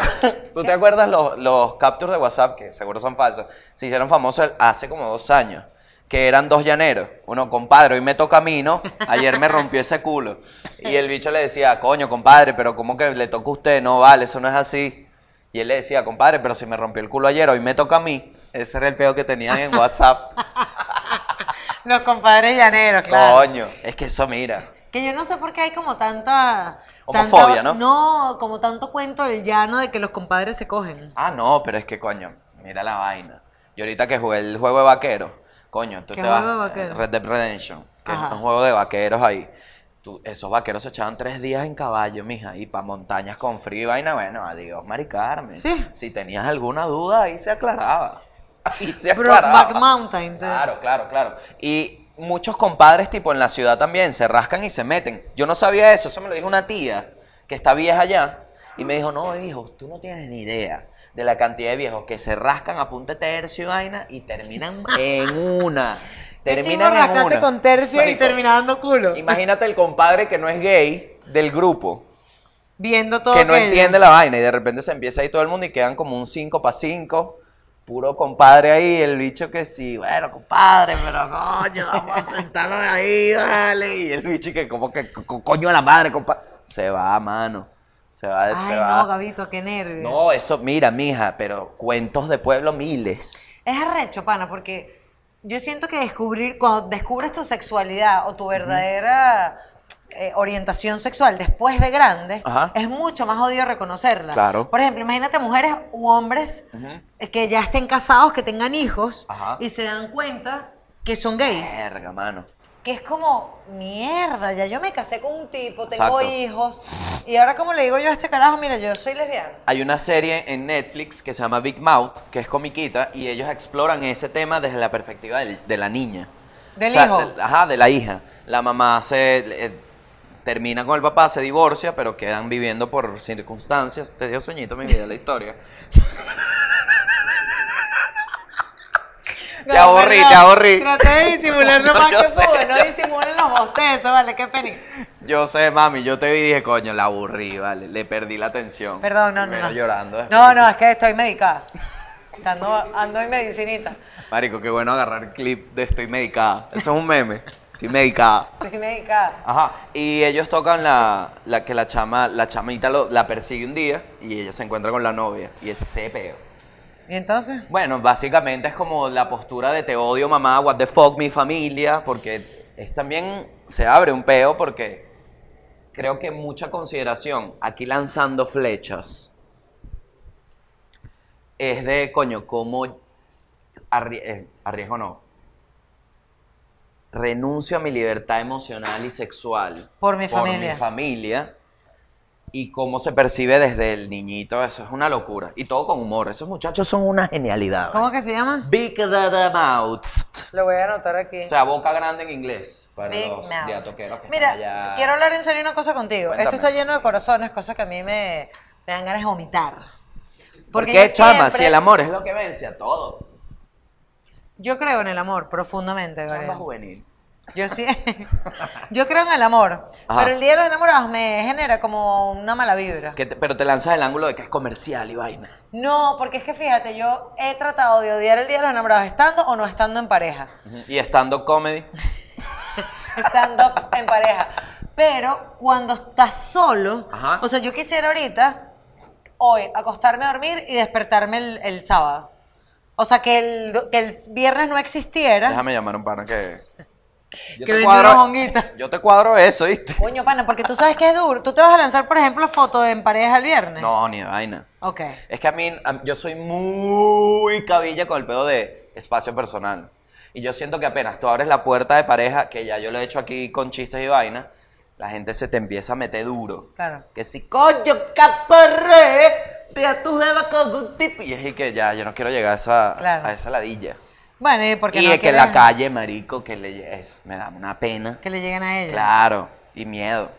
B: tú te acuerdas los, los captures de WhatsApp, que seguro son falsos, se hicieron famosos hace como dos años, que eran dos llaneros. Uno, compadre, hoy me toca a mí, ¿no? Ayer me rompió ese culo. Y el bicho le decía, coño, compadre, pero ¿cómo que le toca a usted? No, vale, eso no es así. Y él le decía, compadre, pero si me rompió el culo ayer, hoy me toca a mí. Ese era el peo que tenían en WhatsApp.
A: Los compadres llaneros, claro.
B: Coño, es que eso mira.
A: Que yo no sé por qué hay como tanta.
B: Homofobia,
A: tanta-
B: ¿no?
A: No, como tanto cuento del llano de que los compadres se cogen.
B: Ah, no, pero es que, coño, mira la vaina. Yo ahorita que jugué el juego de vaqueros, coño, tú
A: ¿Qué
B: te vas.
A: juego de vaqueros?
B: Red Dead Redemption, que
A: Ajá.
B: es un juego de vaqueros ahí. Tú- esos vaqueros se echaban tres días en caballo, mija, y para montañas con frío y vaina, bueno, adiós, Mari Carmen.
A: Sí.
B: Si tenías alguna duda, ahí se aclaraba. Ahí se aclaraba.
A: Brokeback Mountain. te-
B: Claro, claro, claro. Y muchos compadres, tipo en la ciudad también, se rascan y se meten. Yo no sabía eso, eso me lo dijo una tía que está vieja allá y me dijo, no, hijo, tú no tienes ni idea de la cantidad de viejos que se rascan a punta de tercio y vaina y terminan en una.
A: Qué
B: Terminan
A: chimbo
B: en
A: rascarte
B: una.
A: con tercio y
B: Marico,
A: terminando culo.
B: Imagínate el compadre que no es gay del grupo,
A: Viendo todo
B: que no
A: aquello.
B: entiende la vaina y de repente se empieza ahí todo el mundo y quedan como un 5 para 5. Puro compadre ahí, el bicho que sí, bueno, compadre, pero coño, vamos a sentarnos ahí, vale. Y el bicho que como que co- co- coño a la madre, compadre. Se va, mano. Se va, se
A: Ay,
B: va.
A: no, Gabito, qué nervio.
B: no, eso, mira, mija, pero cuentos de pueblo miles.
A: Es arrecho, pana, porque yo siento que descubrir, cuando descubres tu sexualidad o tu verdadera eh, orientación sexual después de grande,
B: Ajá.
A: es mucho más odio reconocerla.
B: Claro.
A: Por ejemplo, imagínate mujeres u hombres eh, que ya estén casados, que tengan hijos
B: Ajá.
A: y se dan cuenta que son gays.
B: Verga, mano.
A: que es como, mierda, ya yo me casé con un tipo, tengo
B: Exacto.
A: hijos, y ahora como le digo yo a este carajo, mira, yo soy lesbiana.
B: Hay una serie en Netflix que se llama Big Mouth, que es comiquita, y ellos exploran ese tema desde la perspectiva del- de la niña.
A: Del
B: O sea,
A: hijo.
B: del- ajá, de la hija. La mamá se eh, termina con el papá, se divorcia, pero quedan viviendo por circunstancias. Te dio sueñito mi vida la historia. Te
A: No,
B: aburrí,
A: perdón,
B: te aburrí.
A: Traté de disimular lo
B: No,
A: más
B: yo
A: que
B: sé,
A: pude, no
B: yo
A: disimulen los bostezos, vale, qué pena.
B: Yo sé, mami, yo te vi y dije, coño, la aburrí, vale, le perdí la atención.
A: Perdón, no, no,
B: Primero
A: no.
B: llorando. eh. después-
A: No, no, es que estoy medicada. Ando, ando en medicinita.
B: Marico, qué bueno agarrar clip de estoy medicada. Eso es un meme. Estoy medicada.
A: Estoy medicada.
B: Ajá, y ellos tocan la, la que la chama, la chamita lo- la persigue un día y ella se encuentra con la novia y ese peo.
A: ¿Y entonces?
B: Bueno, básicamente es como la postura de te odio mamá, what the fuck mi familia, porque es también se abre un peo porque creo que mucha consideración aquí lanzando flechas es de coño cómo arri- eh, arriesgo no renuncio a mi libertad emocional y sexual
A: Por mi
B: por
A: familia.
B: mi familia y cómo se percibe desde el niñito, eso es una locura. Y todo con humor, esos muchachos son una genialidad.
A: ¿Cómo
B: ¿vale?
A: que se llama?
B: Big Dada Mouth.
A: Lo voy a anotar aquí.
B: O sea, boca grande en inglés. Para
A: Big
B: los
A: mouth.
B: diatoqueros que
A: Mira,
B: están allá.
A: quiero hablar en serio una cosa contigo. Esto
B: Cuéntame.
A: está lleno de corazones, cosas que a mí me, me dan ganas de vomitar.
B: ¿Por
A: yo
B: qué, chama?
A: siempre-
B: Si el amor es lo que vence a todo.
A: Yo creo en el amor profundamente,
B: Chama
A: Gabriel.
B: juvenil.
A: Yo sí. Yo creo en el amor.
B: Ajá.
A: Pero el día de los enamorados me genera como una mala vibra.
B: Que te- pero te lanzas el ángulo de que es comercial y vaina.
A: No, porque es que fíjate, yo he tratado de odiar el día de los enamorados estando o no estando en pareja.
B: Ujú. Y estando comedy.
A: Estando en pareja. Pero cuando estás solo,
B: Ajá.
A: o sea, yo quisiera ahorita, hoy, acostarme a dormir y despertarme el, el sábado. O sea, que el, do- que el viernes no existiera.
B: Déjame llamar a un pana que. Yo
A: Que vendió unos honguitos.
B: Yo te cuadro eso, ¿viste?
A: Coño, pana, porque tú sabes que es duro. ¿Tú te vas a lanzar, por ejemplo, foto en pareja el viernes?
B: No, ni de vaina.
A: Ok.
B: Es que a mí, a- yo soy muy cabilla con el pedo de espacio personal. Y yo siento que apenas tú abres la puerta de pareja, que ya yo lo he hecho aquí con chistes y vaina, la gente se te empieza a meter duro.
A: Claro.
B: Que si, coño, caparré, te a tu jeva con un tipo. Y es y que ya, yo no quiero llegar a esa,
A: Claro.
B: a esa ladilla.
A: Bueno, y porque
B: y
A: no
B: es que la
A: quieres
B: calle, marico, que le es, me da una pena.
A: Que le lleguen a ella.
B: Claro, y miedo.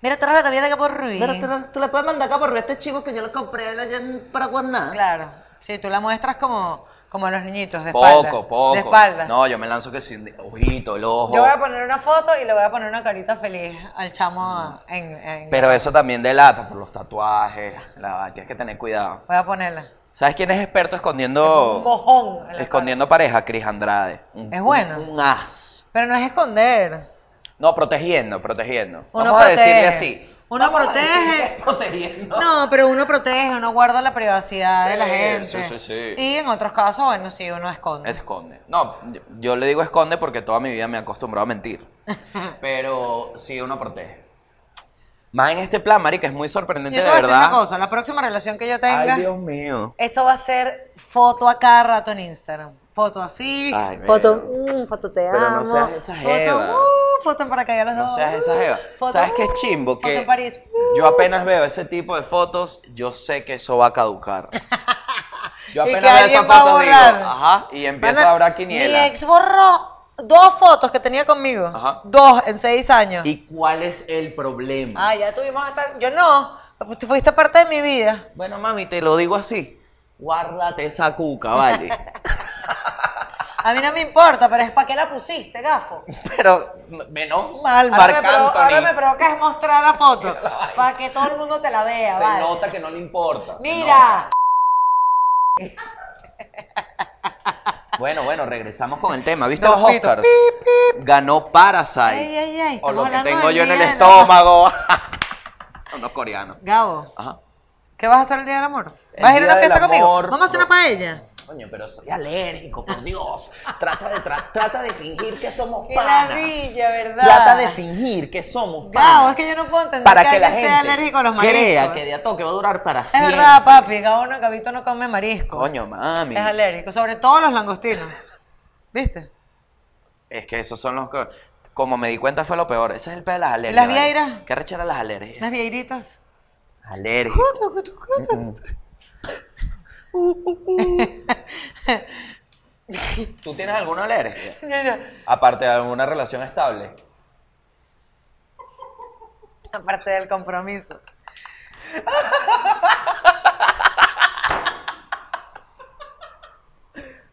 A: Mira, tú eres la vida que por Ruiz.
F: Mira, tú, no- tú le puedes mandar caporro a este chico que yo lo compré allá en Paraguaná.
A: Claro. Sí, tú la muestras como, como a los niñitos, de espalda.
B: Poco, poco.
A: De espalda.
B: No, yo me lanzo que sin ojito, el ojo.
A: Yo voy a poner una foto y le voy a poner una carita feliz al chamo
B: Mm.
A: en... en-
B: Pero eso también delata por los tatuajes. la- tienes que tener cuidado.
A: Voy a ponerla.
B: ¿Sabes quién es experto
A: Un
B: escondiendo,
A: mojón. en la
B: Oh. escondiendo pareja? Cris Andrade. Un-
A: Es bueno.
B: Un, un as.
A: cara. Pero no es esconder.
B: No, protegiendo, protegiendo.
A: Uno
B: Vamos
A: protege.
B: a decirle así.
A: Uno
B: Vamos a
A: protege.
B: decirle Protegiendo.
A: No, pero uno protege, uno guarda la privacidad de la
B: Sí,
A: gente.
B: sí, sí, sí.
A: Y en otros casos, bueno, sí, uno esconde.
B: Esconde. No, yo, yo le digo esconde porque toda mi vida me he acostumbrado a mentir. Pero sí, uno protege. Más en este plan, Mari, que es muy sorprendente
A: Yo te
B: de
A: voy a decir
B: verdad.
A: una cosa, la próxima relación que yo tenga,
B: Ay, Dios mío.
A: eso va a ser foto a cada rato en Instagram. Foto así,
B: Ay, mira.
A: foto, mm, foto te
B: Pero no
A: amo,
B: seas esa jeva.
A: Foto, uh, foto en paracaídas los
B: No
A: dos,
B: seas esa
A: uh,
B: jeva.
A: foto,
B: ¿Sabes qué
A: uh,
B: chimbo?
A: Foto
B: Que
A: en París. uh.
B: yo apenas veo ese tipo de fotos, yo sé que eso va a caducar. Yo
A: Y que
B: apenas veo
A: alguien
B: esas
A: va a
B: fotos, digo,
A: borrar.
B: ajá, y empiezo
A: Pana,
B: a hablar
A: Mi
B: quiniela.
A: ex borró dos fotos que tenía conmigo.
B: Ajá.
A: Dos en seis años.
B: ¿Y cuál es el problema?
A: Ah, ya tuvimos hasta... Yo no, tú fuiste parte de mi vida.
B: Bueno, mami, te lo digo así. Guárdate esa cuca, vale.
A: A mí no me importa, pero es para qué la pusiste, gafo.
B: Pero menos
A: Ahora
B: mal,
A: me,
B: Marc
A: provo- ahora me
B: Anthony.
A: provocas mostrar la foto para que todo el mundo te la vea.
B: Se
A: vale.
B: nota que no le importa. se
A: Mira,
B: nota. Bueno, bueno, regresamos con el tema. ¿Viste
A: Dos
B: los
A: pitos.
B: Oscars? Ganó Parasite.
A: Ay, ay, ay,
B: o
A: estamos
B: lo que
A: hablando
B: tengo
A: de
B: yo en el
A: mierda.
B: estómago. Unos coreanos.
A: Gabo,
B: Ajá.
A: ¿qué vas a hacer el día del amor?
B: El
A: ¿Vas a ir a una
B: Día del
A: fiesta conmigo?
B: Amor,
A: Vamos a hacer una
B: no.
A: paella.
B: Coño, pero soy alérgico, por Dios. Trata de, tra- trata de fingir que somos
A: Qué
B: panas.
A: ladilla, ¿verdad?
B: Trata de fingir que somos panas.
A: Gabo, es que yo no puedo entender
B: Para
A: que,
B: que la
A: alguien
B: gente
A: sea alérgico a los mariscos.
B: crea que de a toque va a durar para
A: Es
B: siempre.
A: verdad, pues. papi, Gabo no, Gabito no come mariscos.
B: Coño, mami.
A: Es alérgico, sobre todo los langostinos. ¿Viste?
B: Es que esos son los que... Como me di cuenta fue lo peor. Ese es el peor de las alergias.
A: las
B: ¿vale?
A: vieiras?
B: ¿Qué rechera las alergias?
A: Unas vieiritas.
B: Alérgico. ¿Tú tienes alguna alergia? Aparte de alguna relación estable.
A: Aparte del compromiso.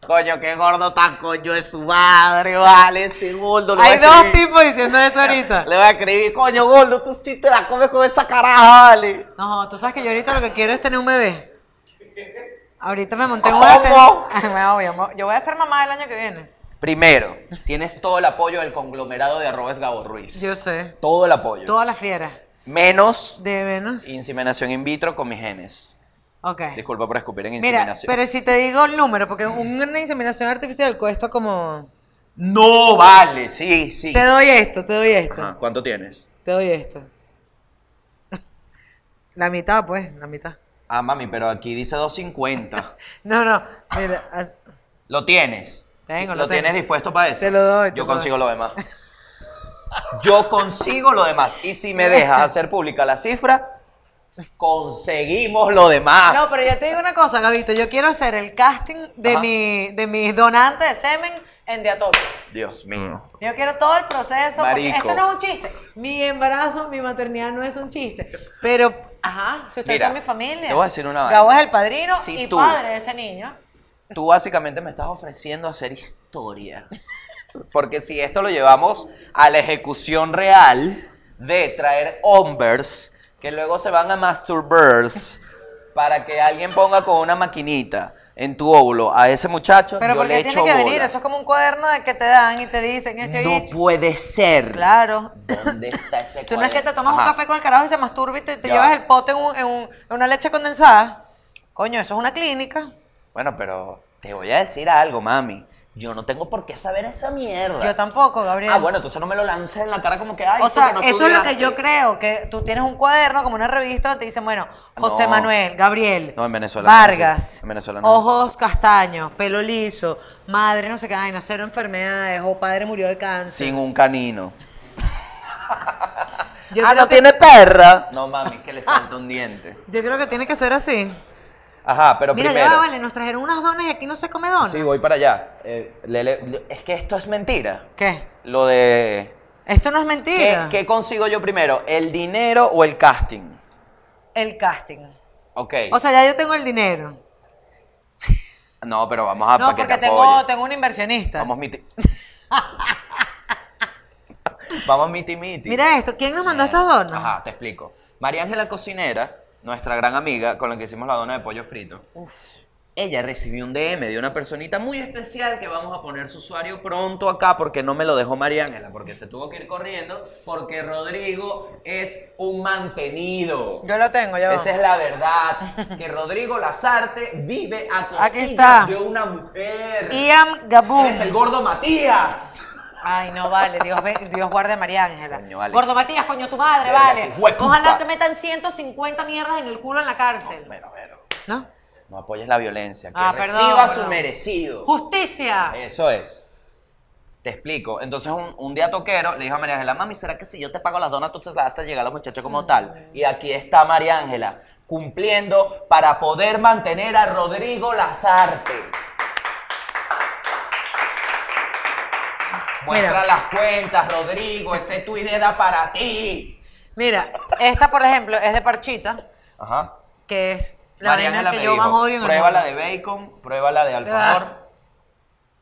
F: Coño, qué gordo tan coño es su madre, vale, ese gordo. le
A: Hay
F: voy a
A: dos
F: escribir-
A: tipos diciendo eso ahorita.
F: Le voy a escribir, coño, gordo, tú sí te la comes con esa caraja, vale.
A: No, tú sabes que yo ahorita lo que quiero es tener un bebé. Ahorita me monté en una
F: ¿Cómo?
A: cena- Bueno, obvio, mo- yo voy a ser mamá el año que viene.
B: Primero, tienes todo el apoyo del conglomerado de arrobes Gabo Ruiz.
A: Yo sé.
B: Todo el apoyo.
A: Todas las fieras.
B: Menos
A: De menos.
B: inseminación in vitro con mis genes.
A: Ok.
B: Disculpa por escupir en
A: Mira,
B: inseminación.
A: pero si te digo el número, porque una inseminación artificial cuesta como.
B: No vale, sí, sí.
A: Te doy esto, te doy esto.
B: Ajá, ¿Cuánto tienes?
A: Te doy esto. La mitad, pues, la mitad.
B: Ah, mami, pero aquí dice 250.
A: No, no. Mira,
B: Ah.
A: as-
B: ¿Lo tienes?
A: Tengo,
B: ¿Lo
A: lo tengo.
B: tienes dispuesto para eso?
A: Te lo doy, te
B: Yo
A: lo
B: consigo lo demás. Yo consigo lo demás. Y si me dejas hacer pública la cifra, conseguimos lo demás.
A: No, pero yo te digo una cosa, Gabito. Yo quiero hacer el casting de
B: Ajá.
A: mi, de mi donante de semen en Deatope.
B: Dios mío.
A: Yo quiero todo el proceso. porque
B: Marico.
A: Esto no es un chiste. Mi embarazo, mi maternidad no es un chiste. Pero, ajá, si ustedes
B: Mira,
A: son mi familia.
B: te voy a decir una vaina.
A: Gabo es el padrino
B: Si
A: y
B: tú-
A: padre de ese niño.
B: Tú básicamente me estás ofreciendo hacer historia. Porque si esto lo llevamos a la ejecución real de traer hombres que luego se van a masturbers para que alguien ponga con una maquinita en tu óvulo a ese muchacho,
A: Pero
B: yo
A: porque
B: le
A: tiene
B: echo
A: que
B: bola.
A: venir, eso es como un cuaderno de que te dan y te dicen este
B: no
A: bicho.
B: puede ser.
A: Claro.
B: ¿Dónde está ese
A: Tú no es que te tomas un
B: Ajá.
A: café con el carajo y se masturba y te, te
B: Ya
A: llevas
B: va.
A: el pote en, un- en un- en una leche condensada. Coño, eso es una clínica.
B: Bueno, pero te voy a decir algo, mami. Yo no tengo por qué saber esa mierda.
A: Yo tampoco, Gabriel.
B: Ah, bueno, entonces no me lo lances en la cara como que, ay,
A: o
B: eso
A: sea,
B: que no
A: eso es lo que
B: estudiaste".
A: yo creo, que tú tienes un cuaderno como una revista donde te dicen, bueno, José
B: No.
A: Manuel, Gabriel,
B: No, en Venezuela no es así.
A: Vargas,
B: En Venezuela no es así.
A: ojos castaños, pelo liso, madre no sé qué, ay, cero enfermedades, o padre murió de cáncer.
B: Sin un canino.
A: Yo,
B: ah,
A: creo
B: no
A: que,
B: tiene perra. No, mami, es que le falta un diente.
A: yo creo que tiene que ser así.
B: Ajá, pero
A: Mira, ya
B: primero.
A: va, vale, nos trajeron unas donas y aquí no se come donas.
B: Sí, voy para allá. Eh, Lele, lo- es que esto es mentira.
A: ¿Qué?
B: Lo de.
A: Esto no es
B: ¿Qué,
A: mentira.
B: qué consigo yo primero? ¿El dinero o el casting?
A: El casting.
B: Ok.
A: O sea, ya yo tengo el dinero.
B: no, pero vamos
A: no,
B: a pa' Ah, que
A: porque
B: te
A: tengo,
B: apoye.
A: tengo un inversionista.
B: Vamos miti. Vamos miti miti.
A: Mira esto, ¿quién nos mandó estas donas?
B: Ajá, te explico. María Ángela Cocinera, nuestra gran amiga con la que hicimos la dona de pollo frito, ella recibió un DM de una personita muy especial que vamos a poner su usuario pronto acá porque no me lo dejó María Ángela, porque se tuvo que ir corriendo, porque Rodrigo es un mantenido.
A: Yo lo tengo, ya va.
B: Esa es la verdad, que Rodrigo Lazarte vive a
A: Aquí
B: costillas
A: está.
B: de una mujer.
A: Ian Gabum.
B: Eres el gordo Matías.
A: Ay, no vale, Dios, ve- Dios guarde a María Ángela.
B: Coño, vale.
A: Gordo Matías, coño, tu madre,
B: Verga,
A: vale.
B: tu hueputa.
A: Ojalá te metan 150 mierdas en el culo en la cárcel.
B: Bueno, pero
A: ¿No?
B: no apoyes la violencia, que
A: Ah, perdón,
B: reciba su
A: perdón.
B: merecido.
A: ¡Justicia!
B: Eso es. Te explico. Entonces, un, un día toquero le dijo a María Ángela, mami, ¿será que si yo te pago las donas, tú te las haces llegar a los muchachos como
A: Mm.
B: tal? Y aquí está María Ángela, cumpliendo para poder mantener a Rodrigo Lazarte. Muestra
A: Mira.
B: las cuentas, Rodrigo, ese tuit era para ti.
A: Mira, esta, por ejemplo, es de parchita,
B: Ajá.
A: que es la
B: María
A: vaina
B: Ángela
A: que
B: me
A: yo
B: dijo,
A: más odio en el
B: Prueba la
A: mundo. Ah.
B: de bacon, prueba la de alfajor.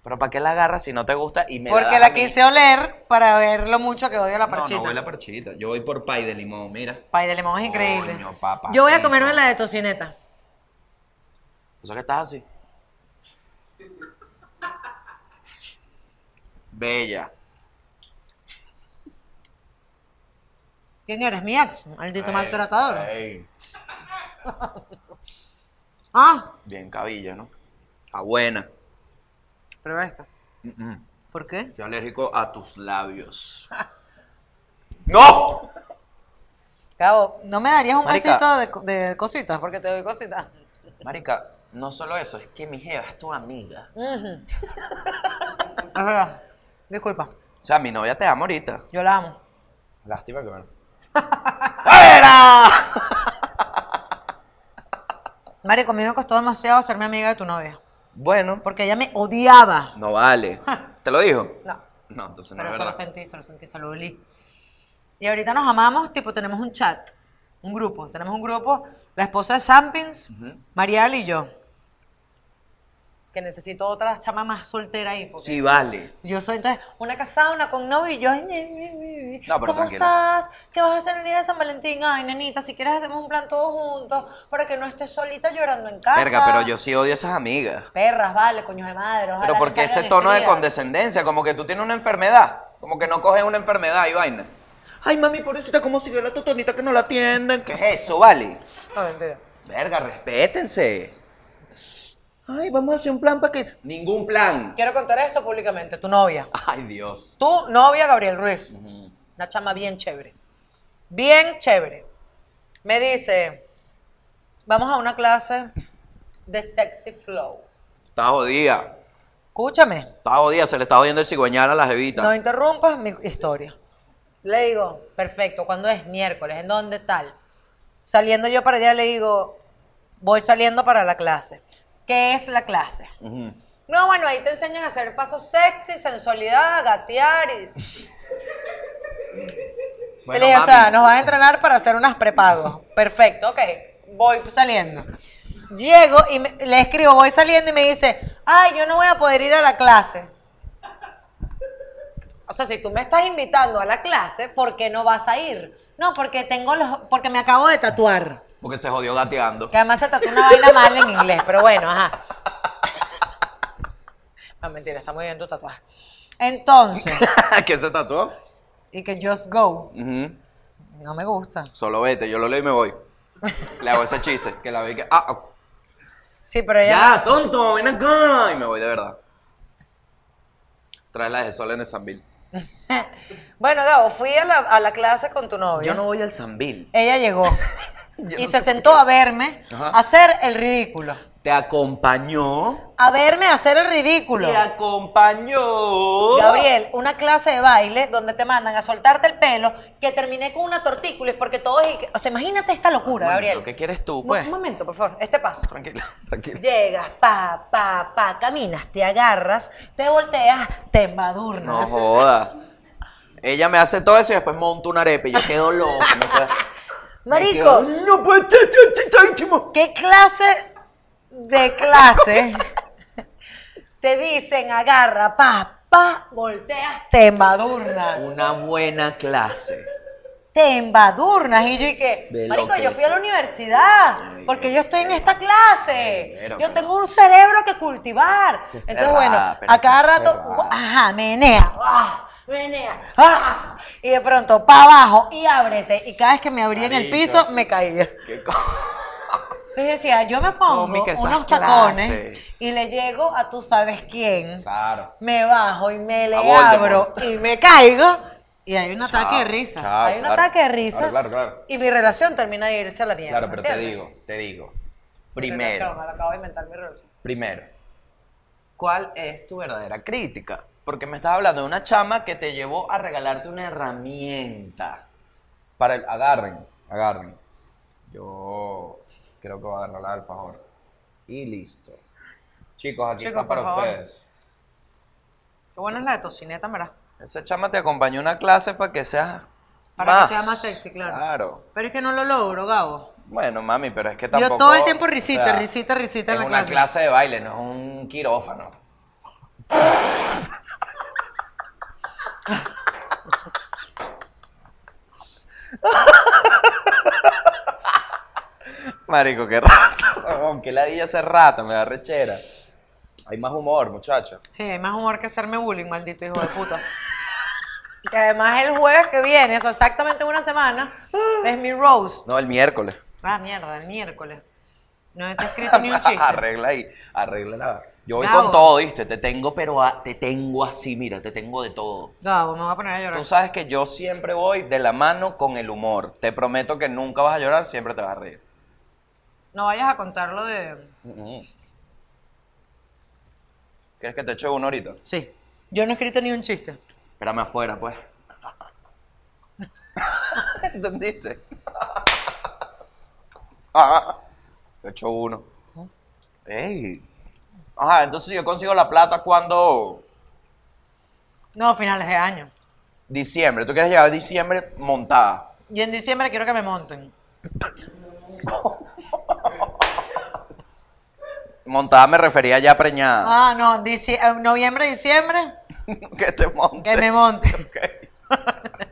B: Pero ¿para qué la agarras si no te gusta? Y me
A: Porque
B: das
A: la
B: a mí?
A: quise oler para ver lo mucho que odio la
B: No,
A: parchita.
B: no huele a parchita. Yo voy por pay de limón, mira.
A: Pay de limón es increíble.
B: Coño, papacito.
A: yo voy a comerme la de tocineta.
B: O sea que estás así. Bella.
A: ¿Quién eres? Mi ex, maldito
B: Ey,
A: maltratador.
B: ey,
A: Ah,
B: Bien cabilla, ¿no? Está buena.
A: prueba esta.
B: Mm, mm.
A: ¿Por qué?
B: Soy alérgico a tus labios. ¡No!
A: Cabo, ¿no me darías un
B: Marica.
A: besito de co- de, cositas? Porque te doy cositas.
B: Marica, no solo eso, es que mi jeva es tu amiga.
A: Ujú. es verdad. Disculpa,
B: O sea, mi novia te ama ahorita.
A: yo la amo.
B: Lástima que bueno. ¡Fuera! Ah.
A: Marico, a mí me costó demasiado hacerme amiga de tu novia.
B: Bueno,
A: Porque ella me odiaba.
B: no vale. ¿Te lo dijo?
A: No,
B: No, entonces no
A: pero
B: es
A: se lo
B: verdad.
A: sentí, se lo sentí, se lo olí. Y ahorita nos amamos, tipo, tenemos un chat, un grupo. Tenemos un grupo, la esposa de Sampins,
B: Ujú.
A: Marial y yo. Que necesito otra chama más soltera ahí. Porque
B: Sí, vale.
A: Yo soy entonces una casada, una con novio y yo. ay, ay, ay, ay,
B: No, pero
A: ¿Cómo
B: tranquila.
A: estás? ¿Qué vas a hacer el día de San Valentín? Ay, nenita, si quieres hacemos un plan todos juntos para que no estés solita llorando en casa.
B: Verga, pero yo sí odio esas amigas.
A: Perras, vale, coño de madre. ojalá
B: Pero
A: que
B: porque ese
A: salgan
B: tono de
A: heridas.
B: condescendencia, como que tú tienes una enfermedad, como que no coges una enfermedad y vaina. Ay, mami, por eso como sigue la totonita que no la atienden. ¿Qué es eso, vale?
A: No, mentira.
B: Verga, respétense. Ay, vamos a hacer un plan para que. Ningún plan.
A: Quiero contar esto públicamente. Tu novia.
B: Ay, Dios.
A: Tu novia, Gabriel Ruiz.
B: Ujú.
A: Una chama bien chévere. Bien chévere. Me dice, vamos a una clase de sexy flow.
B: Está jodida.
A: Escúchame.
B: Está jodida, se le está jodiendo el cigüeñal a la jevita.
A: No interrumpas mi historia. Le digo, perfecto, ¿cuándo es? Miércoles, ¿en dónde tal? Saliendo yo para allá le digo, voy saliendo para la clase. ¿Qué es la clase?
B: Ujú.
A: No, bueno, ahí te enseñan a hacer pasos sexy, sensualidad, gatear y...
B: Bueno,
A: le dije, o
B: mami.
A: sea, nos vas a entrenar para hacer unas prepagos. Perfecto, ok. Voy saliendo. Llego y me- le escribo, voy saliendo y me dice, ay, yo no voy a poder ir a la clase. O sea, si tú me estás invitando a la clase, ¿por qué no vas a ir? No, porque tengo los, porque me acabo de tatuar.
B: Porque se jodió gateando.
A: Que además se tatuó una vaina mal en inglés, pero bueno, ajá. No, mentira, está muy bien tu tatuaje. Entonces,
B: ¿Qué se tatuó?
A: y que just go,
B: Ujú.
A: no me gusta.
B: Solo vete, yo lo leo y me voy. Le hago ese chiste, que la ve que. ¡Ah! ah.
A: Sí, pero ella
B: ¡Ya, tonto! ¡Ven acá! Y me voy de verdad. Trae la de Sol en el Sanville.
A: Bueno, Gabo, fui a la, a la clase con tu novia.
B: Yo no voy al Sanville.
A: Ella llegó y se sentó a verme
B: Ajá.
A: hacer el ridículo.
B: Te acompañó.
A: A verme hacer el ridículo.
B: Te acompañó.
A: Gabriel, una clase de baile donde te mandan a soltarte el pelo, que terminé con una tortícula, es porque todos... y- O sea, imagínate esta locura,
B: Bueno,
A: Gabriel.
B: ¿pero ¿Qué quieres tú,
A: Mo-
B: pues?
A: Un momento, por favor, este paso.
B: Tranquila, tranquila.
A: Llegas, pa, pa, pa, caminas, te agarras, te volteas, te
B: No
A: embadurnas.
B: joda. Ella me hace todo eso y después monto una arepa y yo quedo loco. me quedo-
A: Marico,
B: me quedo- No puede ser, es tantísimo.
A: ¿Qué clase de clase te dicen agarra, pa, pa, volteas, te embadurnas?
B: Una buena clase.
A: Te embadurnas. Y yo, ¿y qué?
B: De
A: Marico,
B: lo que
A: yo fui a la
B: sí.
A: universidad
B: Ay,
A: porque
B: qué
A: yo estoy en esta clase.
B: Pero,
A: Yo
B: pero-
A: tengo un cerebro que cultivar.
B: Qué
A: Entonces,
B: cerrada,
A: bueno,
B: pero
A: a cada
B: qué
A: rato,
B: cerrada.
A: ajá, menea, ah, menea, ah, y de pronto, pa' abajo y ábrete. Y cada vez que me abría en el
B: Marico.
A: piso, me caía.
B: Qué co-
A: Entonces decía, yo me pongo
B: Cómica esas
A: unos tacones
B: clases.
A: y le llego a tú sabes quién,
B: Claro.
A: me bajo y me le abro
B: Voldemort.
A: y me caigo y hay un
B: Chao,
A: ataque de risa.
B: chao,
A: hay un
B: claro.
A: ataque de risa.
B: Claro, claro, claro.
A: Y mi relación termina de irse a la mierda.
B: Claro, pero te
A: ¿entiendes?
B: digo, te digo.
A: Mi
B: Primero.
A: relación, acabo de inventar mi relación.
B: Primero, ¿cuál es tu verdadera crítica? Porque me estás hablando de una chama que te llevó a regalarte una herramienta. Para el, agarren, agarren. Yo creo que voy a agarrar la alfajor. Y listo. Chicos, aquí
A: Chicos,
B: está para
A: por favor.
B: ustedes.
A: Qué buena es la de tocineta, ¿verdad?
B: Esa chama te acompañó a una clase para que seas
A: Para que
B: más.
A: sea más sexy, claro.
B: Claro.
A: Pero es que no lo logro, Gabo.
B: Bueno, mami, pero es que
A: Yo
B: tampoco...
A: todo el tiempo
B: o
A: risita,
B: sea,
A: risita, risita en
B: es
A: la
B: una
A: clase.
B: clase de baile, no es un quirófano. Marico, qué rata. Aunque la di hace rata, me da rechera. Hay más humor, muchacho.
A: Sí, hay más humor que hacerme bullying, maldito hijo de puta. Que además el jueves que viene, eso exactamente en una semana, es mi roast.
B: No, el miércoles.
A: Ah, mierda, el miércoles. No te he escrito ni un chiste.
B: arregla ahí, arregla la. Yo voy
A: Gabo.
B: con todo, ¿viste? Te tengo, pero a- te tengo así, mira, te tengo de todo.
A: Gabo, me voy a poner a llorar.
B: Tú sabes que yo siempre voy de la mano con el humor. Te prometo que nunca vas a llorar, siempre te vas a reír.
A: No vayas a contar lo de...
B: Mm. ¿Quieres que te eche uno ahorita?
A: Sí. Yo no he escrito ni un chiste.
B: Espérame afuera, pues. ¿Entendiste? Ah, te echo uno. ¡Ey! Ajá, entonces yo consigo la plata cuando...
A: No, finales de año.
B: Diciembre. ¿Tú quieres llegar a diciembre montada?
A: Y en diciembre quiero que me monten.
B: Montada me refería ya preñada.
A: Ah, no, dici- eh, noviembre, diciembre,
B: que te monte.
A: Ah. que me monten.
B: Ok.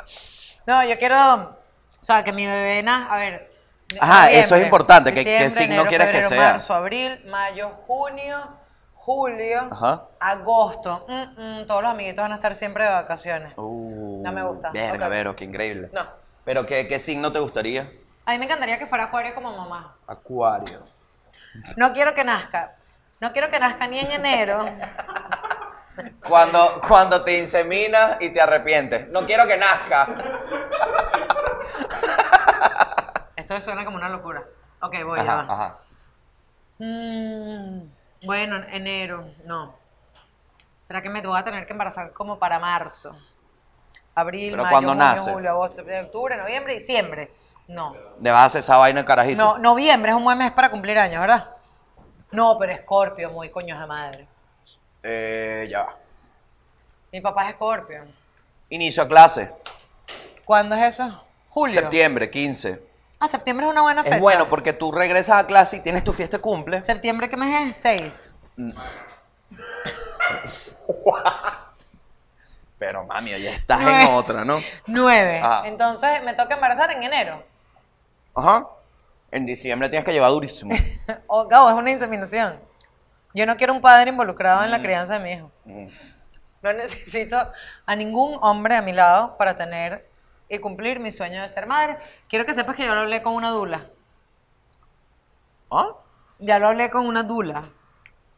A: No, yo quiero, o sea, que mi bebé na- a ver.
B: Ajá, eso es
A: noviembre,
B: importante, que- que
A: diciembre,
B: signo
A: enero,
B: quieres que
A: febrero,
B: sea.
A: Marzo, abril, mayo, junio, julio,
B: Ajá.
A: agosto. Mm, mm, todos los amiguitos van a estar siempre de vacaciones.
B: Uh,
A: No me gusta.
B: Verga,
A: Ok.
B: Vero, qué increíble.
A: No.
B: Pero ¿qué, qué signo te gustaría?
A: A mí me encantaría que fuera acuario como mamá.
B: Acuario.
A: No quiero que nazca. No quiero que nazca ni en enero.
B: Cuando, cuando te inseminas y te arrepientes. No quiero que nazca.
A: Esto suena como una locura. Ok, voy, ya
B: Ajá,
A: va.
B: ajá.
A: Mm, bueno, enero, no. ¿Será que me voy a tener que embarazar como para marzo? Abril,
B: ¿Pero
A: mayo,
B: cuándo
A: junio,
B: nace?
A: julio, agosto, septiembre, octubre, noviembre, diciembre. No.
B: Le vas a hacer esa vaina, carajito.
A: No, noviembre es un buen mes para cumplir años, ¿verdad? No, pero Escorpio, muy coño de madre.
B: Eh, ya va.
A: Mi papá es Escorpio.
B: Inicio a clase.
A: ¿Cuándo es eso? Julio.
B: Septiembre, 15.
A: Ah, septiembre es una buena fecha.
B: Es bueno porque tú regresas a clase y tienes tu fiesta de cumple.
A: ¿Septiembre qué mes es? Seis.
B: Pero mami, ya estás
A: No
B: en
A: es-
B: otra, ¿no?
A: Nueve.
B: Ah.
A: Entonces me toca embarazar en enero.
B: Ajá. En diciembre tienes que llevar durísimo.
A: O, Gabo, Oh, es una inseminación. Yo no quiero un padre involucrado en la crianza de mi hijo.
B: Mm.
A: No necesito a ningún hombre a mi lado para tener y cumplir mi sueño de ser madre. Quiero que sepas que yo lo hablé con una dula.
B: ¿Ah?
A: Ya lo hablé con una dula.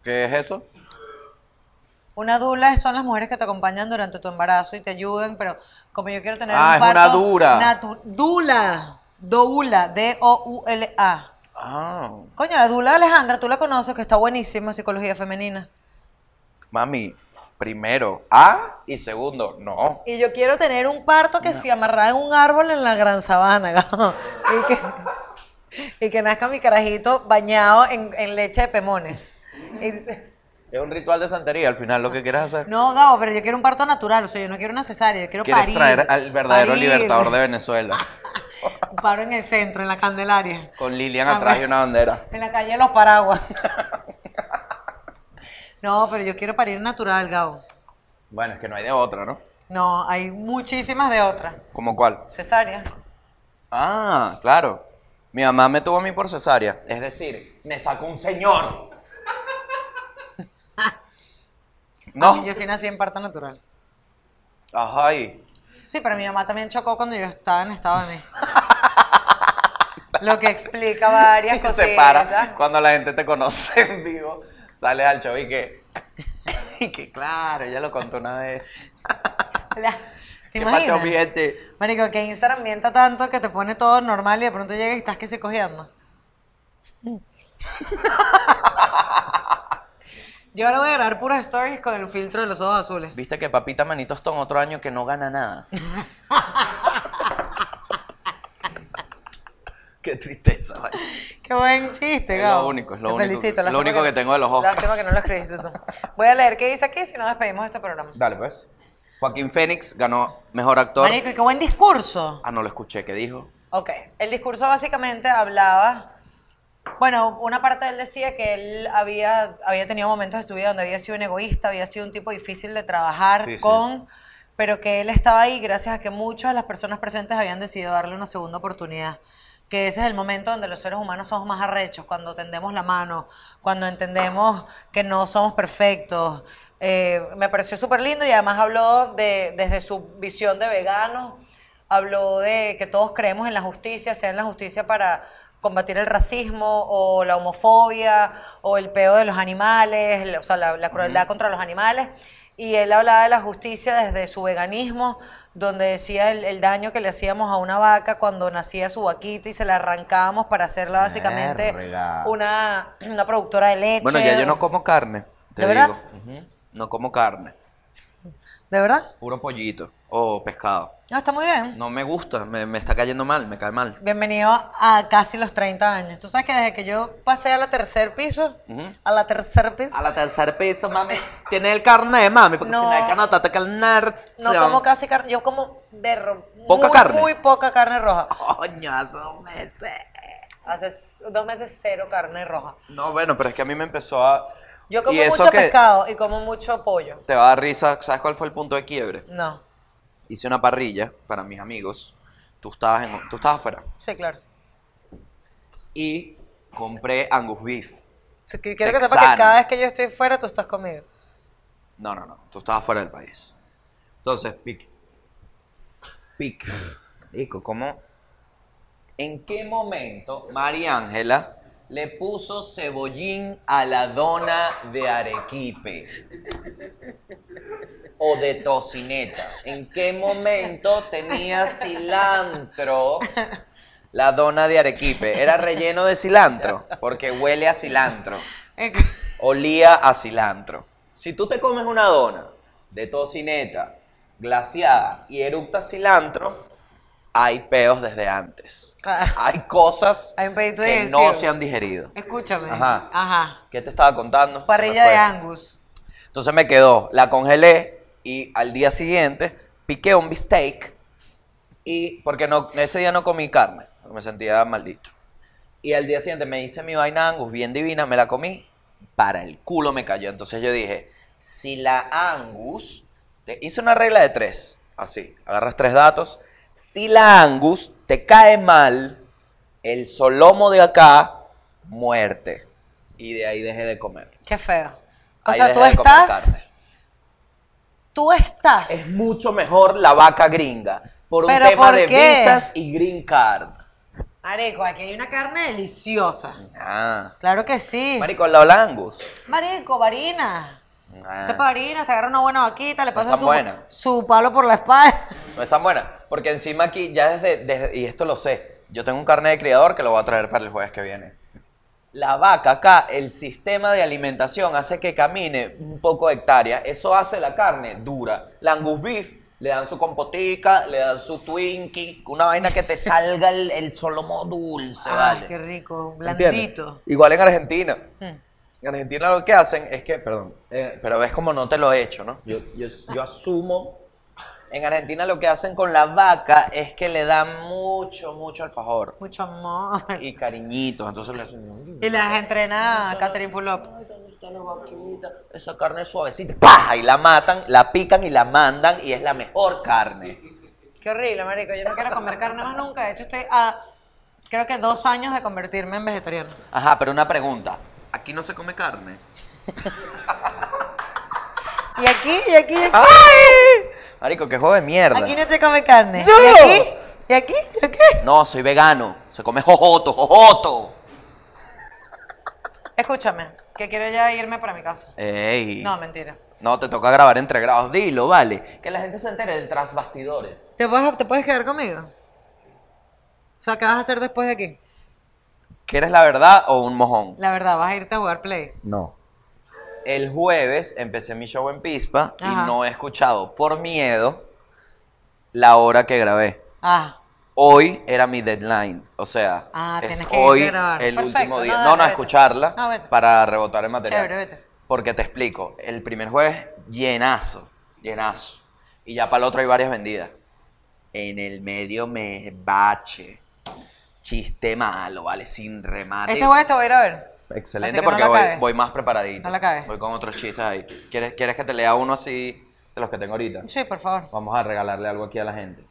B: ¿Qué es eso?
A: Una dula son las mujeres que te acompañan durante tu embarazo y te ayudan, pero como yo quiero tener
B: Ah,
A: un
B: es una
A: parto
B: dura.
A: natu- dula, doula, D O U L A.
B: Ah.
A: Coño, la dula de Alejandra, tú la conoces que está buenísima psicología femenina.
B: Mami, primero A y segundo, no.
A: Y yo quiero tener un parto que se amarrara en un árbol en la gran sabana, gamo. y, que, y que nazca mi carajito bañado en, en leche de pemones. Y dice,
B: Es un ritual de santería al final lo que quieres hacer.
A: no, Gabo, pero yo quiero un parto natural, o sea, yo no quiero una cesárea, yo quiero
B: quieres
A: parir.
B: traer al verdadero
A: parir.
B: libertador de Venezuela.
A: Paro en el centro, en la Candelaria,
B: Con Lilian
A: A
B: atrás
A: ver.
B: y una bandera.
A: en la calle de los Paraguas. No, pero yo quiero parir natural, Gabo.
B: Bueno, es que no hay de otra, ¿no?
A: No, hay muchísimas de otras.
B: ¿Como cuál?
A: Cesárea.
B: Ah, claro. Mi mamá me tuvo a mí por cesárea. Es decir, me sacó un señor. No.
A: Yo sí nací en parto natural.
B: Ajá, y-
A: Sí, pero mi mamá también chocó cuando yo estaba en estado de mí. Lo que explica varias cosas.
B: se para cuando la gente te conoce en vivo. Sales al show y que. Y que claro, ella lo contó una vez.
A: ¿Te
B: ¿Qué pasó,
A: imaginas?
B: mi gente?
A: Marico, que Instagram mienta tanto que te pone todo normal y de pronto llegas y estás que se cojeando. Yo ahora voy a grabar puras stories con el filtro de los ojos azules.
B: Viste que Papita Manito está en otro año que no gana nada. Qué tristeza, vaya.
A: Qué buen chiste,
B: Es
A: Gabo.
B: lo único, es lo
A: Te
B: único
A: felicito,
B: que- lo
A: lástima
B: único que tengo de los Oscars.
A: Lástima que no lo escribiste tú. Voy a leer qué dice aquí si no despedimos este programa.
B: Dale, pues. Joaquín Fénix ganó mejor actor.
A: Marico, y qué buen discurso.
B: Ah, no lo escuché, ¿qué dijo?
A: Ok, el discurso básicamente hablaba, bueno, una parte de él decía que él había, había tenido momentos de su vida donde había sido un egoísta, había sido un tipo difícil de trabajar
B: Sí, sí.
A: con, pero que él estaba ahí gracias a que muchas de las personas presentes habían decidido darle una segunda oportunidad. Que ese es el momento donde los seres humanos somos más arrechos, cuando tendemos la mano, cuando entendemos que no somos perfectos. Eh, me pareció súper lindo y además habló de, desde su visión de vegano, habló de que todos creemos en la justicia, sea en la justicia para combatir el racismo o la homofobia o el peo de los animales, el- o sea, la, la crueldad contra los animales. Y él hablaba de la justicia desde su veganismo, donde decía el, el daño que le hacíamos a una vaca cuando nacía su vaquita y se la arrancábamos para hacerla básicamente
B: Verga.
A: una, una productora de leche.
B: Bueno, ya yo no como carne, te
A: ¿De
B: digo.
A: verdad?
B: Ujú. No como carne,
A: ¿De verdad?
B: puro pollito o pescado.
A: No, está muy bien.
B: No me gusta, me, me está cayendo mal, me cae mal.
A: Bienvenido a casi los 30 años. Tú sabes que desde que yo pasé a la tercer piso,
B: Ujú.
A: a la tercer piso,
B: A la tercera piso, mami. Tiene el carnet, mami, porque
A: No.
B: si no hay carne, te ataca el nerd.
A: no como casi carne, yo como de ro-
B: Poca
A: muy,
B: carne.
A: muy poca carne roja.
B: Coño, hace un mes.
A: Hace s- dos meses cero carne roja.
B: No, bueno, pero es que a mí me empezó a.
A: Yo como
B: Y eso
A: mucho
B: que
A: pescado y como mucho pollo.
B: Te va a dar risa, ¿sabes cuál fue el punto de quiebre?
A: No,
B: Hice una parrilla para mis amigos. Tú estabas, en, tú estabas afuera.
A: sí, claro.
B: Y compré Angus Beef.
A: Sí, que- Quiero que sepas
B: Texano.
A: que cada vez que yo estoy fuera, tú estás conmigo.
B: No, no, no. Tú estabas fuera del país. Entonces, pic. Pic. Dico, ¿cómo? ¿En qué momento María Ángela le puso cebollín a la dona de arequipe? O de tocineta. ¿En qué momento tenía cilantro la dona de arequipe? Era relleno de cilantro, porque huele a cilantro olía a cilantro. Si tú te comes una dona de tocineta, glaciada y eructa cilantro, hay peos desde antes.
A: Claro.
B: Hay cosas
A: Ah. Hay un pedito
B: que
A: digestivo.
B: no se han digerido.
A: Escúchame.
B: Ajá.
A: Ajá.
B: ¿Qué te estaba contando? Se me
A: Parrilla de
B: fue.
A: Angus.
B: Entonces me quedó, la congelé y al día siguiente piqué un bistec y porque no ese día no comí carne, me sentía maldito. Y al día siguiente me hice mi vaina Angus bien divina, me la comí, para el culo me cayó. Entonces yo dije, si la Angus Te hice una regla de tres. Así. Agarras tres datos. Si la Angus te cae mal, el solomo de acá, muerte. Y de ahí dejé de comer.
A: Qué feo. O
B: Ahí
A: sea, tú
B: dejé de comer
A: estás,
B: carne.
A: tú estás.
B: Es mucho mejor la vaca gringa. Por un
A: ¿Pero
B: tema
A: por
B: de
A: qué?
B: visas y green card.
A: Marico, aquí hay una carne deliciosa.
B: Ah.
A: Claro que sí.
B: Marico, al lado de la Angus.
A: Marico, varina. Este
B: Ah.
A: Te parinas, te agarra una buena vaquita, le pasa
B: están
A: su,
B: buenas.
A: su palo por la espalda.
B: No es tan buena. Porque encima aquí, ya desde, desde- Y esto lo sé. Yo tengo un carnet de criador que lo voy a traer para el jueves que viene. La vaca acá, el sistema de alimentación hace que camine un poco de hectárea. Eso hace la carne dura. La angus beef, le dan su compotica, le dan su twinkie, una vaina que te salga el, el solomo dulce,
A: Ay,
B: vale.
A: qué rico,
B: ¿Entiendes?
A: blandito.
B: Igual en Argentina.
A: Mm.
B: En Argentina lo que hacen es que, perdón, eh, pero ves como no te lo he hecho, ¿no? Yo, yo, yo asumo. En Argentina lo que hacen con la vaca es que le dan mucho, mucho alfajor
A: Mucho amor.
B: y cariñitos. Entonces le hacen.
A: Y las entrena Catherine Fulop.
B: "Ay, ¿dónde está la vaquita? Esa carne es suavecita. ¡Pah! Y la matan, la pican y la mandan y es la mejor carne.
A: Qué horrible, marico. Yo no quiero comer carne más nunca. De hecho, estoy a creo que dos años de convertirme en vegetariano.
B: Ajá, pero una pregunta. ¿Aquí no se come carne?
A: Y aquí, y aquí, y
B: Ah,
A: aquí.
B: ¡Ay! Marico, qué juego de mierda.
A: Aquí no se come carne.
B: ¡No!
A: Y aquí, y aquí, y aquí.
B: No, soy vegano. Se come jojoto, jojoto.
A: Escúchame, que quiero ya irme para mi casa.
B: Ey.
A: No, mentira.
B: No, te toca grabar entre grados. Dilo, vale. Que la gente se entere del tras bastidores.
A: ¿Te puedes, ¿Te puedes quedar conmigo? O sea, ¿qué vas a hacer después de aquí?
B: ¿Quieres la verdad o un mojón?
A: La verdad, vas a irte a jugar play.
B: No. El jueves empecé mi show en Pispa
A: Ajá.
B: y no he escuchado por miedo la hora que grabé.
A: Ah,
B: Hoy era mi deadline, o sea,
A: Ah,
B: es
A: tienes que
B: hoy
A: irte a grabar.
B: el
A: Perfecto,
B: último día.
A: no,
B: No, no,
A: vete.
B: escucharla
A: No, vete.
B: para rebotar el material.
A: chévere, vete.
B: Porque te explico, el primer jueves llenazo, llenazo. Y ya para el otro hay varias vendidas. En el medio me bache. Chiste malo, ¿vale? Sin remate.
A: Este jueves te voy a ir a ver. Así
B: Excelente
A: que no
B: porque
A: la
B: voy,
A: cagues.
B: voy más preparadito.
A: No la cagues.
B: Voy con otros chistes ahí. ¿Quieres, ¿Quieres que te lea uno así de los que tengo ahorita?
A: Sí, por favor.
B: Vamos a regalarle algo aquí a la gente.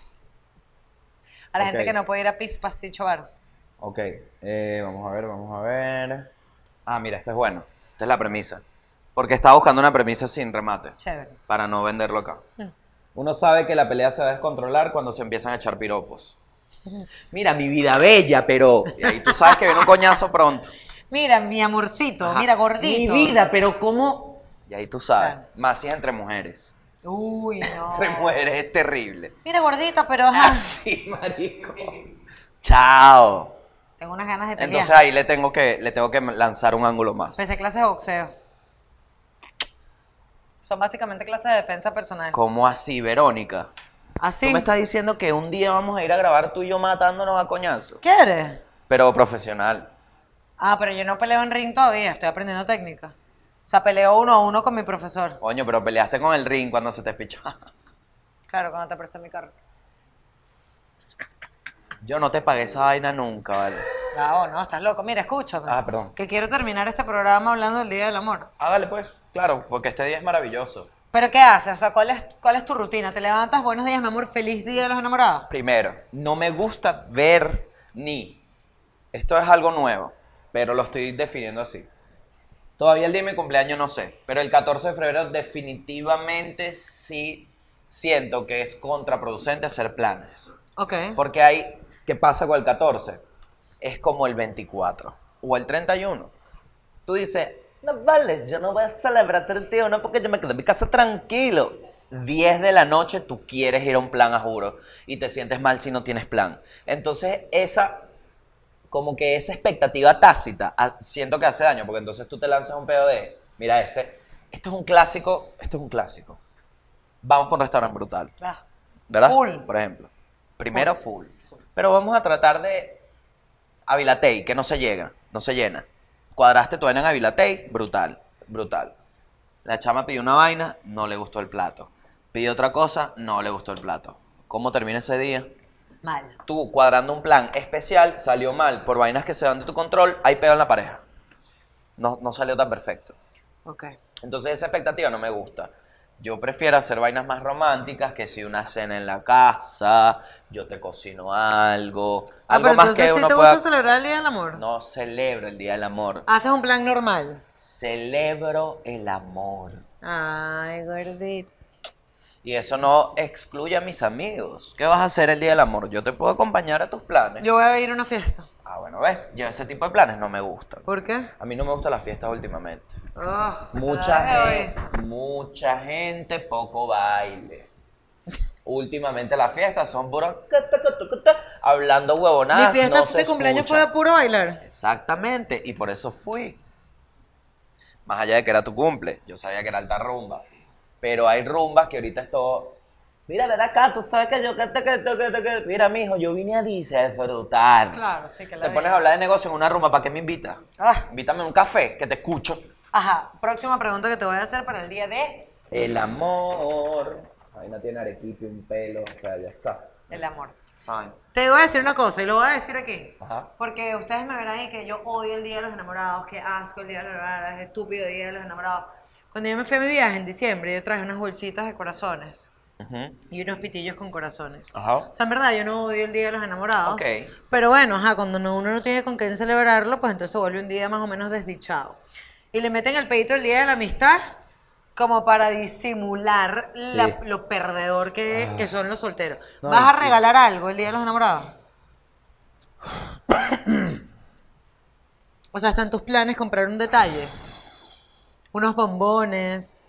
A: A la gente
B: Ok.
A: que no puede ir a Pis Pasticho Bar.
B: Ok, eh, vamos a ver, vamos a ver. Ah, mira, este es bueno. Esta es la premisa. Porque estaba buscando una premisa sin remate.
A: Chévere.
B: para no venderlo acá.
A: Mm.
B: Uno sabe que la pelea se va a descontrolar cuando se empiezan a echar piropos. Mira, mi vida bella, pero... Y ahí tú sabes que viene un coñazo pronto.
A: Mira, mi amorcito,
B: Ajá.
A: mira, gordito.
B: Mi vida, pero ¿cómo? Y ahí tú sabes.
A: Claro. Ah.
B: Más si es entre mujeres.
A: Uy, no.
B: Entre mujeres es terrible.
A: Mira, gordita, pero
B: Ah.
A: ajá.
B: Así, marico. Chao.
A: Tengo unas ganas de pelear.
B: Entonces ahí le tengo que, le tengo que lanzar un ángulo más.
A: Empecé clases de boxeo. Son básicamente clases de defensa personal. ¿Ah,
B: ¿Cómo así, Verónica?
A: Así.
B: Tú me estás diciendo que un día vamos a ir a grabar tú y yo matándonos a coñazo.
A: ¿Quieres?
B: Pero profesional.
A: Ah, pero yo no peleo en ring todavía, estoy aprendiendo técnica. O sea, peleo uno a uno con mi profesor.
B: Coño, pero peleaste con el ring cuando se te pichó.
A: Claro, cuando te presté mi carro.
B: Yo no te pagué esa vaina nunca, ¿vale?
A: Bravo, no, estás loco. Mira, escúchame.
B: Ah, perdón.
A: Que quiero terminar este programa hablando del Día del Amor.
B: Hágale pues, claro, porque este día es maravilloso.
A: ¿Pero qué haces? O sea, ¿cuál es, cuál es tu rutina? ¿Te levantas? Buenos días, mi amor. Feliz Día de los Enamorados.
B: Primero, no me gusta ver ni. Esto es algo nuevo, pero lo estoy definiendo así. Todavía el día de mi cumpleaños no sé, pero el 14 de febrero definitivamente sí siento que es contraproducente hacer planes.
A: Ok.
B: Porque hay, ¿qué pasa con el 14? Es como el 24 o el 31. Tú dices, no vale, yo no voy a celebrar 31 porque yo me quedo en mi casa tranquilo. 10 de la noche tú quieres ir a un plan a juro y te sientes mal si no tienes plan. Entonces esa, como que esa expectativa tácita, ah, siento que hace daño porque entonces tú te lanzas un pedo de, mira este, esto es un clásico, esto es un clásico. Vamos por un restaurante brutal.
A: Ah,
B: ¿Verdad?
A: Full.
B: Por ejemplo. Primero full. Pero vamos a tratar de Avilatei, que no se llega, no se llena. Cuadraste tu vaina en Avilatei, brutal, brutal. La chama pidió una vaina, no le gustó el plato. Pidió otra cosa, no le gustó el plato. ¿Cómo termina ese día?
A: mal.
B: Tú cuadrando un plan especial, salió mal. Por vainas que se van de tu control, ahí pega en la pareja. No, no salió tan perfecto.
A: Ok.
B: Entonces esa expectativa no me gusta. Yo prefiero hacer vainas más románticas que si una cena en la casa, yo te cocino algo.
A: Ah,
B: algo
A: pero
B: más que
A: entonces sí
B: uno
A: te
B: pueda-
A: gusta Ah. celebrar el Día del Amor.
B: No celebro el Día del Amor.
A: Haces un plan normal.
B: Celebro el amor.
A: Ay, gordito.
B: Y eso no excluye a mis amigos. ¿Qué vas a hacer el Día del Amor? Yo te puedo acompañar a tus planes.
A: Yo voy a ir a una fiesta.
B: Ah, bueno, ves, yo ese tipo de planes no me gustan.
A: ¿Por qué?
B: A mí no me gustan las fiestas últimamente.
A: Ah,
B: Mucha
A: carajo,
B: gente, mucha gente, poco baile. Últimamente las fiestas son puro ca, ta, ca, ta, ca, ta, hablando
A: Mi
B: huevonadas.
A: fiesta
B: no
A: de
B: se
A: cumpleaños
B: escucha.
A: fue a puro bailar.
B: Exactamente, y por eso fui. Más allá de que era tu cumple, yo sabía que era alta rumba. Pero hay rumbas que ahorita es todo. Mira, ven acá, tú sabes que yo. que- que- que- que- que- Mira, mijo, yo vine a disfrutar.
A: Claro, sí que la
B: Te pones a hablar de negocio en una rumba, ¿para qué me invitas?
A: Ah.
B: Invítame a un café, que te escucho.
A: Ajá, próxima pregunta que te voy a hacer para el día de
B: El amor. Ahí no tiene arequipe, un pelo, o sea, ya está.
A: el amor.
B: ¿Saben?
A: Te voy a decir una cosa y lo voy a decir aquí.
B: Ajá.
A: Porque ustedes me verán y que yo odio el Día de los Enamorados, que asco el Día de los Enamorados, estúpido Día de los Enamorados. Cuando yo me fui a mi viaje en diciembre, yo traje unas bolsitas de corazones
B: Ujú.
A: y unos pitillos con corazones.
B: Ajá.
A: O sea, en verdad, yo no odio el Día de los Enamorados.
B: Ok.
A: Pero bueno, ajá, cuando no- uno no tiene con quién celebrarlo, pues entonces se vuelve un día más o menos desdichado. Y le meten el pedito el Día de la Amistad como para disimular la-
B: Sí. Ah.
A: lo perdedor que, que son los solteros. ¿Vas a regalar algo el Día de los Enamorados? o sea, ¿están tus planes comprar un detalle? Unos bombones,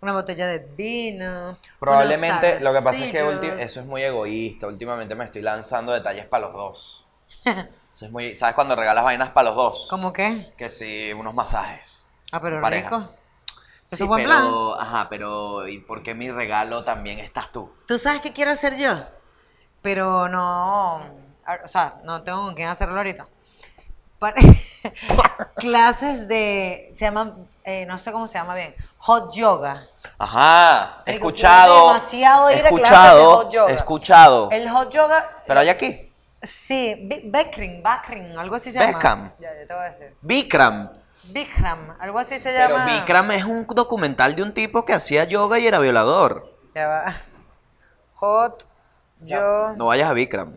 A: una botella de vino. unos
B: Probablemente lo que pasa es que ulti-
A: zarcillos.
B: eso es muy egoísta. Últimamente me estoy lanzando detalles para los dos. Eso es muy, ¿sabes cuando regalas vainas para los dos?
A: ¿Cómo qué?
B: Que si unos masajes.
A: Ah, pero
B: Pareja.
A: rico. Eso
B: Sí,
A: es buen plan.
B: pero, ajá, pero ¿y por qué mi regalo también estás tú?
A: ¿Tú sabes qué quiero hacer yo? Pero no, a- o sea, no tengo con quién hacerlo ahorita. Para- clases de, se llaman, eh, no sé cómo se llama bien, hot yoga.
B: Ajá, he
A: Marico,
B: escuchado.
A: quiero demasiado ir a clases de
B: escuchado,
A: hot yoga.
B: escuchado.
A: El hot yoga,
B: Oh. Pero hay aquí.
A: sí, Bi- Bikram, Bikram, algo así se llama.
B: Beckham.
A: Ya, ya te voy a decir.
B: Bikram.
A: Bikram, algo así se
B: Pero
A: llama.
B: Bikram es un documental de un tipo que hacía yoga y era violador.
A: Ya va. Hot yoga.
B: No vayas a Bikram.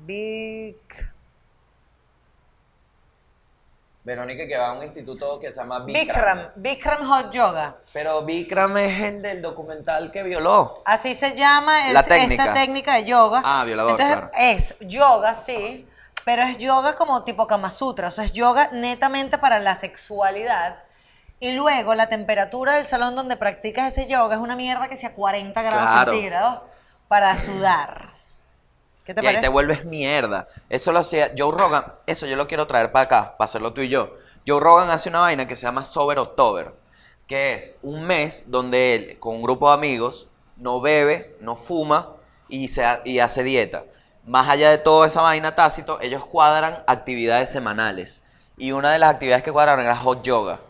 A: Big.
B: Verónica que va a un instituto que se llama
A: Bikram, Bikram Hot Yoga.
B: Pero Bikram es el del documental que violó.
A: Así se llama el-
B: La técnica.
A: esta técnica de yoga.
B: Ah, violador,
A: Entonces,
B: claro.
A: Es yoga, sí, pero es yoga como tipo Kama Sutra, o sea, es yoga netamente para la sexualidad. Y luego la temperatura del salón donde practicas ese yoga es una mierda que sea 40 grados
B: Claro.
A: centígrados para sudar. ¿Qué te
B: y
A: parece?
B: ahí te vuelves mierda. Eso lo hacía Joe Rogan. Eso yo lo quiero traer para acá, para hacerlo tú y yo. Joe Rogan hace una vaina que se llama Sober October, que es un mes donde él, con un grupo de amigos, no bebe, no fuma y, se, ha- y hace dieta. Más allá de toda esa vaina tácito, ellos cuadran actividades semanales. Y una de las actividades que cuadraron era hot yoga.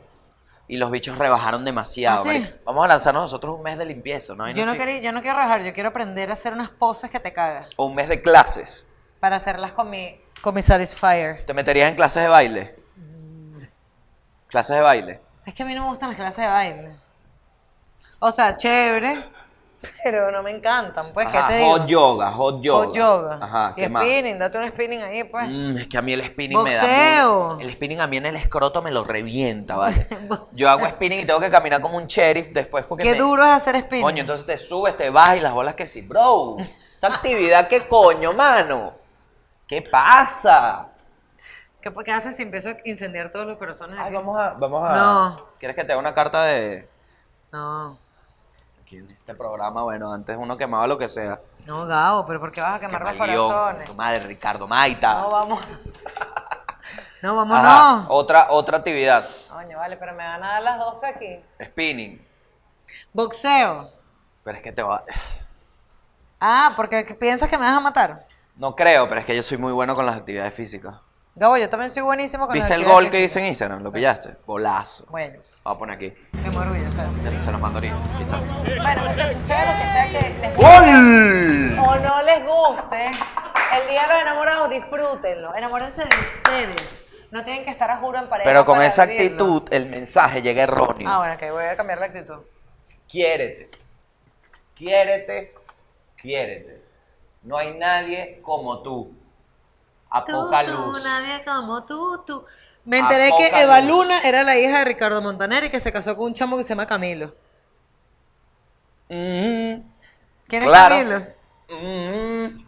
B: Y los bichos rebajaron demasiado.
A: ¿Ah, sí?
B: marico. Vamos a lanzarnos nosotros un mes de limpieza, ¿no?
A: Yo no, quería- yo no quiero rajar, yo quiero aprender a hacer unas poses que te cagas
B: O un mes de clases.
A: para hacerlas con mi, con mi Satisfyer.
B: ¿Te meterías en clases de baile? ¿Clases de baile?
A: Es que a mí no me gustan las clases de baile. O sea, chévere, pero no me encantan, pues,
B: Ajá,
A: ¿qué te digo?
B: hot yoga, hot yoga.
A: Hot yoga.
B: Ajá,
A: y
B: ¿qué más?
A: spinning, date un spinning ahí, pues.
B: Mm, es que a mí el spinning me da.
A: Boxeo.
B: muy- El spinning a mí en el escroto me lo revienta, ¿vale? Yo hago spinning y tengo que caminar como un sheriff después porque.
A: Qué
B: me-
A: duro es hacer spinning.
B: Coño, entonces te subes, te bajas y las bolas que sí. Bro, esta actividad, ¿qué coño, mano? ¿Qué pasa?
A: ¿Qué, qué haces si empiezo a incendiar todos los corazones?
B: Ay,
A: aquí?
B: vamos a. Vamos a...
A: No.
B: ¿Quieres que te haga una carta de.?
A: No,
B: Aquí en este programa, bueno, antes uno quemaba lo que sea.
A: no, Gabo, pero ¿por qué vas a quemar los
B: mal guión,
A: corazones?
B: Tu madre, Ricardo Maita.
A: No, vamos. No, vamos,
B: Ajá, oh.
A: no.
B: Otra, otra actividad.
A: Coño, vale, pero me van a dar las 12 aquí.
B: Spinning.
A: Boxeo.
B: Pero es que te va.
A: Ah, porque piensas que me vas a matar.
B: No creo, pero es que yo soy muy bueno con las actividades físicas.
A: Gabo, yo también soy buenísimo con las
B: ¿Viste el
A: actividades
B: gol que
A: físicas.
B: hice en Instagram? ¿Lo pillaste? Bolazo.
A: Bueno,
B: Vamos a poner aquí.
A: qué maravilloso.
B: Se los mando ahorita. Aquí está.
A: Bueno, muchachos, sea lo que sea que les
B: ¡Gol!
A: o no les guste, el día de los enamorados disfrútenlo, enamórense de ustedes. No tienen que estar a juro en pareja.
B: Pero con
A: para
B: esa
A: vivirlo.
B: actitud, el mensaje llega erróneo.
A: Ah, bueno, que voy a cambiar la actitud.
B: Quiérete. Quiérete. Quiérete. No hay nadie como tú. A
A: Tú,
B: poca
A: tú,
B: luz.
A: nadie como tú, tú. Me
B: A
A: enteré que
B: poca
A: Eva
B: luz.
A: Luna era la hija de Ricardo Montaner y que se casó con un chamo que se llama Camilo.
B: Mm,
A: ¿Quién es
B: claro.
A: Camilo?
B: Mm.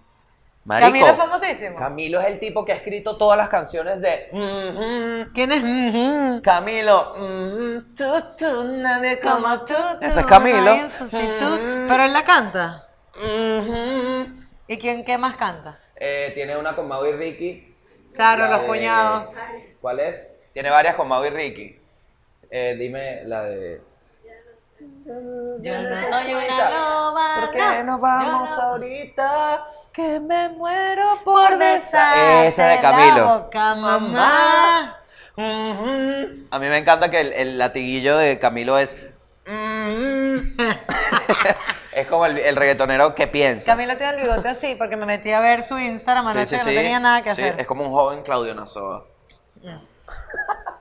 A: Camilo es
B: Marico,
A: famosísimo.
B: Camilo es el tipo que ha escrito todas las canciones de mm,
A: ¿Quién es?
B: mm, Camilo. mm,
A: Tú, tú, nadie como tú. tú,
B: Ese es Camilo.
A: no hay un sustituto. Pero él la canta.
B: mm.
A: ¿Y quién qué más canta?
B: Eh, tiene una con Mau y Ricky.
E: Claro,
B: La
E: los
B: de-
E: cuñados.
B: ¿Cuál es? Tiene varias con Mau y Ricky. Eh, dime la de.
A: Yo no soy una loba. Ah,
B: ¿Por
A: no.
B: qué nos vamos
A: yo no-
B: ahorita? Que me muero
A: Por besarte
B: Esa es de
A: La
B: Camilo.
A: boca, mamá.
B: Mamá.
A: Mm,
B: Mhm. A mí me encanta que el, el latiguillo de Camilo es. mhm. es como el, el reggaetonero que piensa.
A: Camilo tiene el bigote así porque me metí a ver su Instagram anoche y no tenía nada que
B: Sí,
A: hacer.
B: Es como un joven Claudio Nasoa.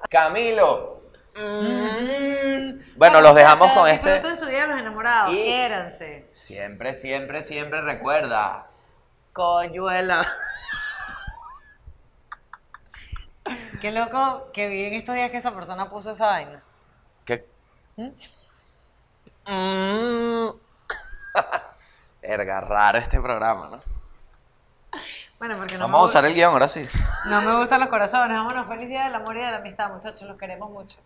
B: Camilo.
A: mm,
B: Bueno, los dejamos con este.
A: Disfruten su día de los enamorados.
B: Y-
A: Quiéranse.
B: Siempre, siempre, siempre recuerda. Coyuela.
A: Qué loco que vi en estos días que esa persona puso esa vaina.
B: ¿Qué?
A: ¿Mm?
B: Verga, raro este programa, ¿no?
A: Bueno, porque no,
B: Vamos a
A: me,
B: usar el guión, ahora sí.
A: gu- no me gustan los corazones. Vámonos, feliz día del amor y de la amistad, muchachos. Los queremos mucho.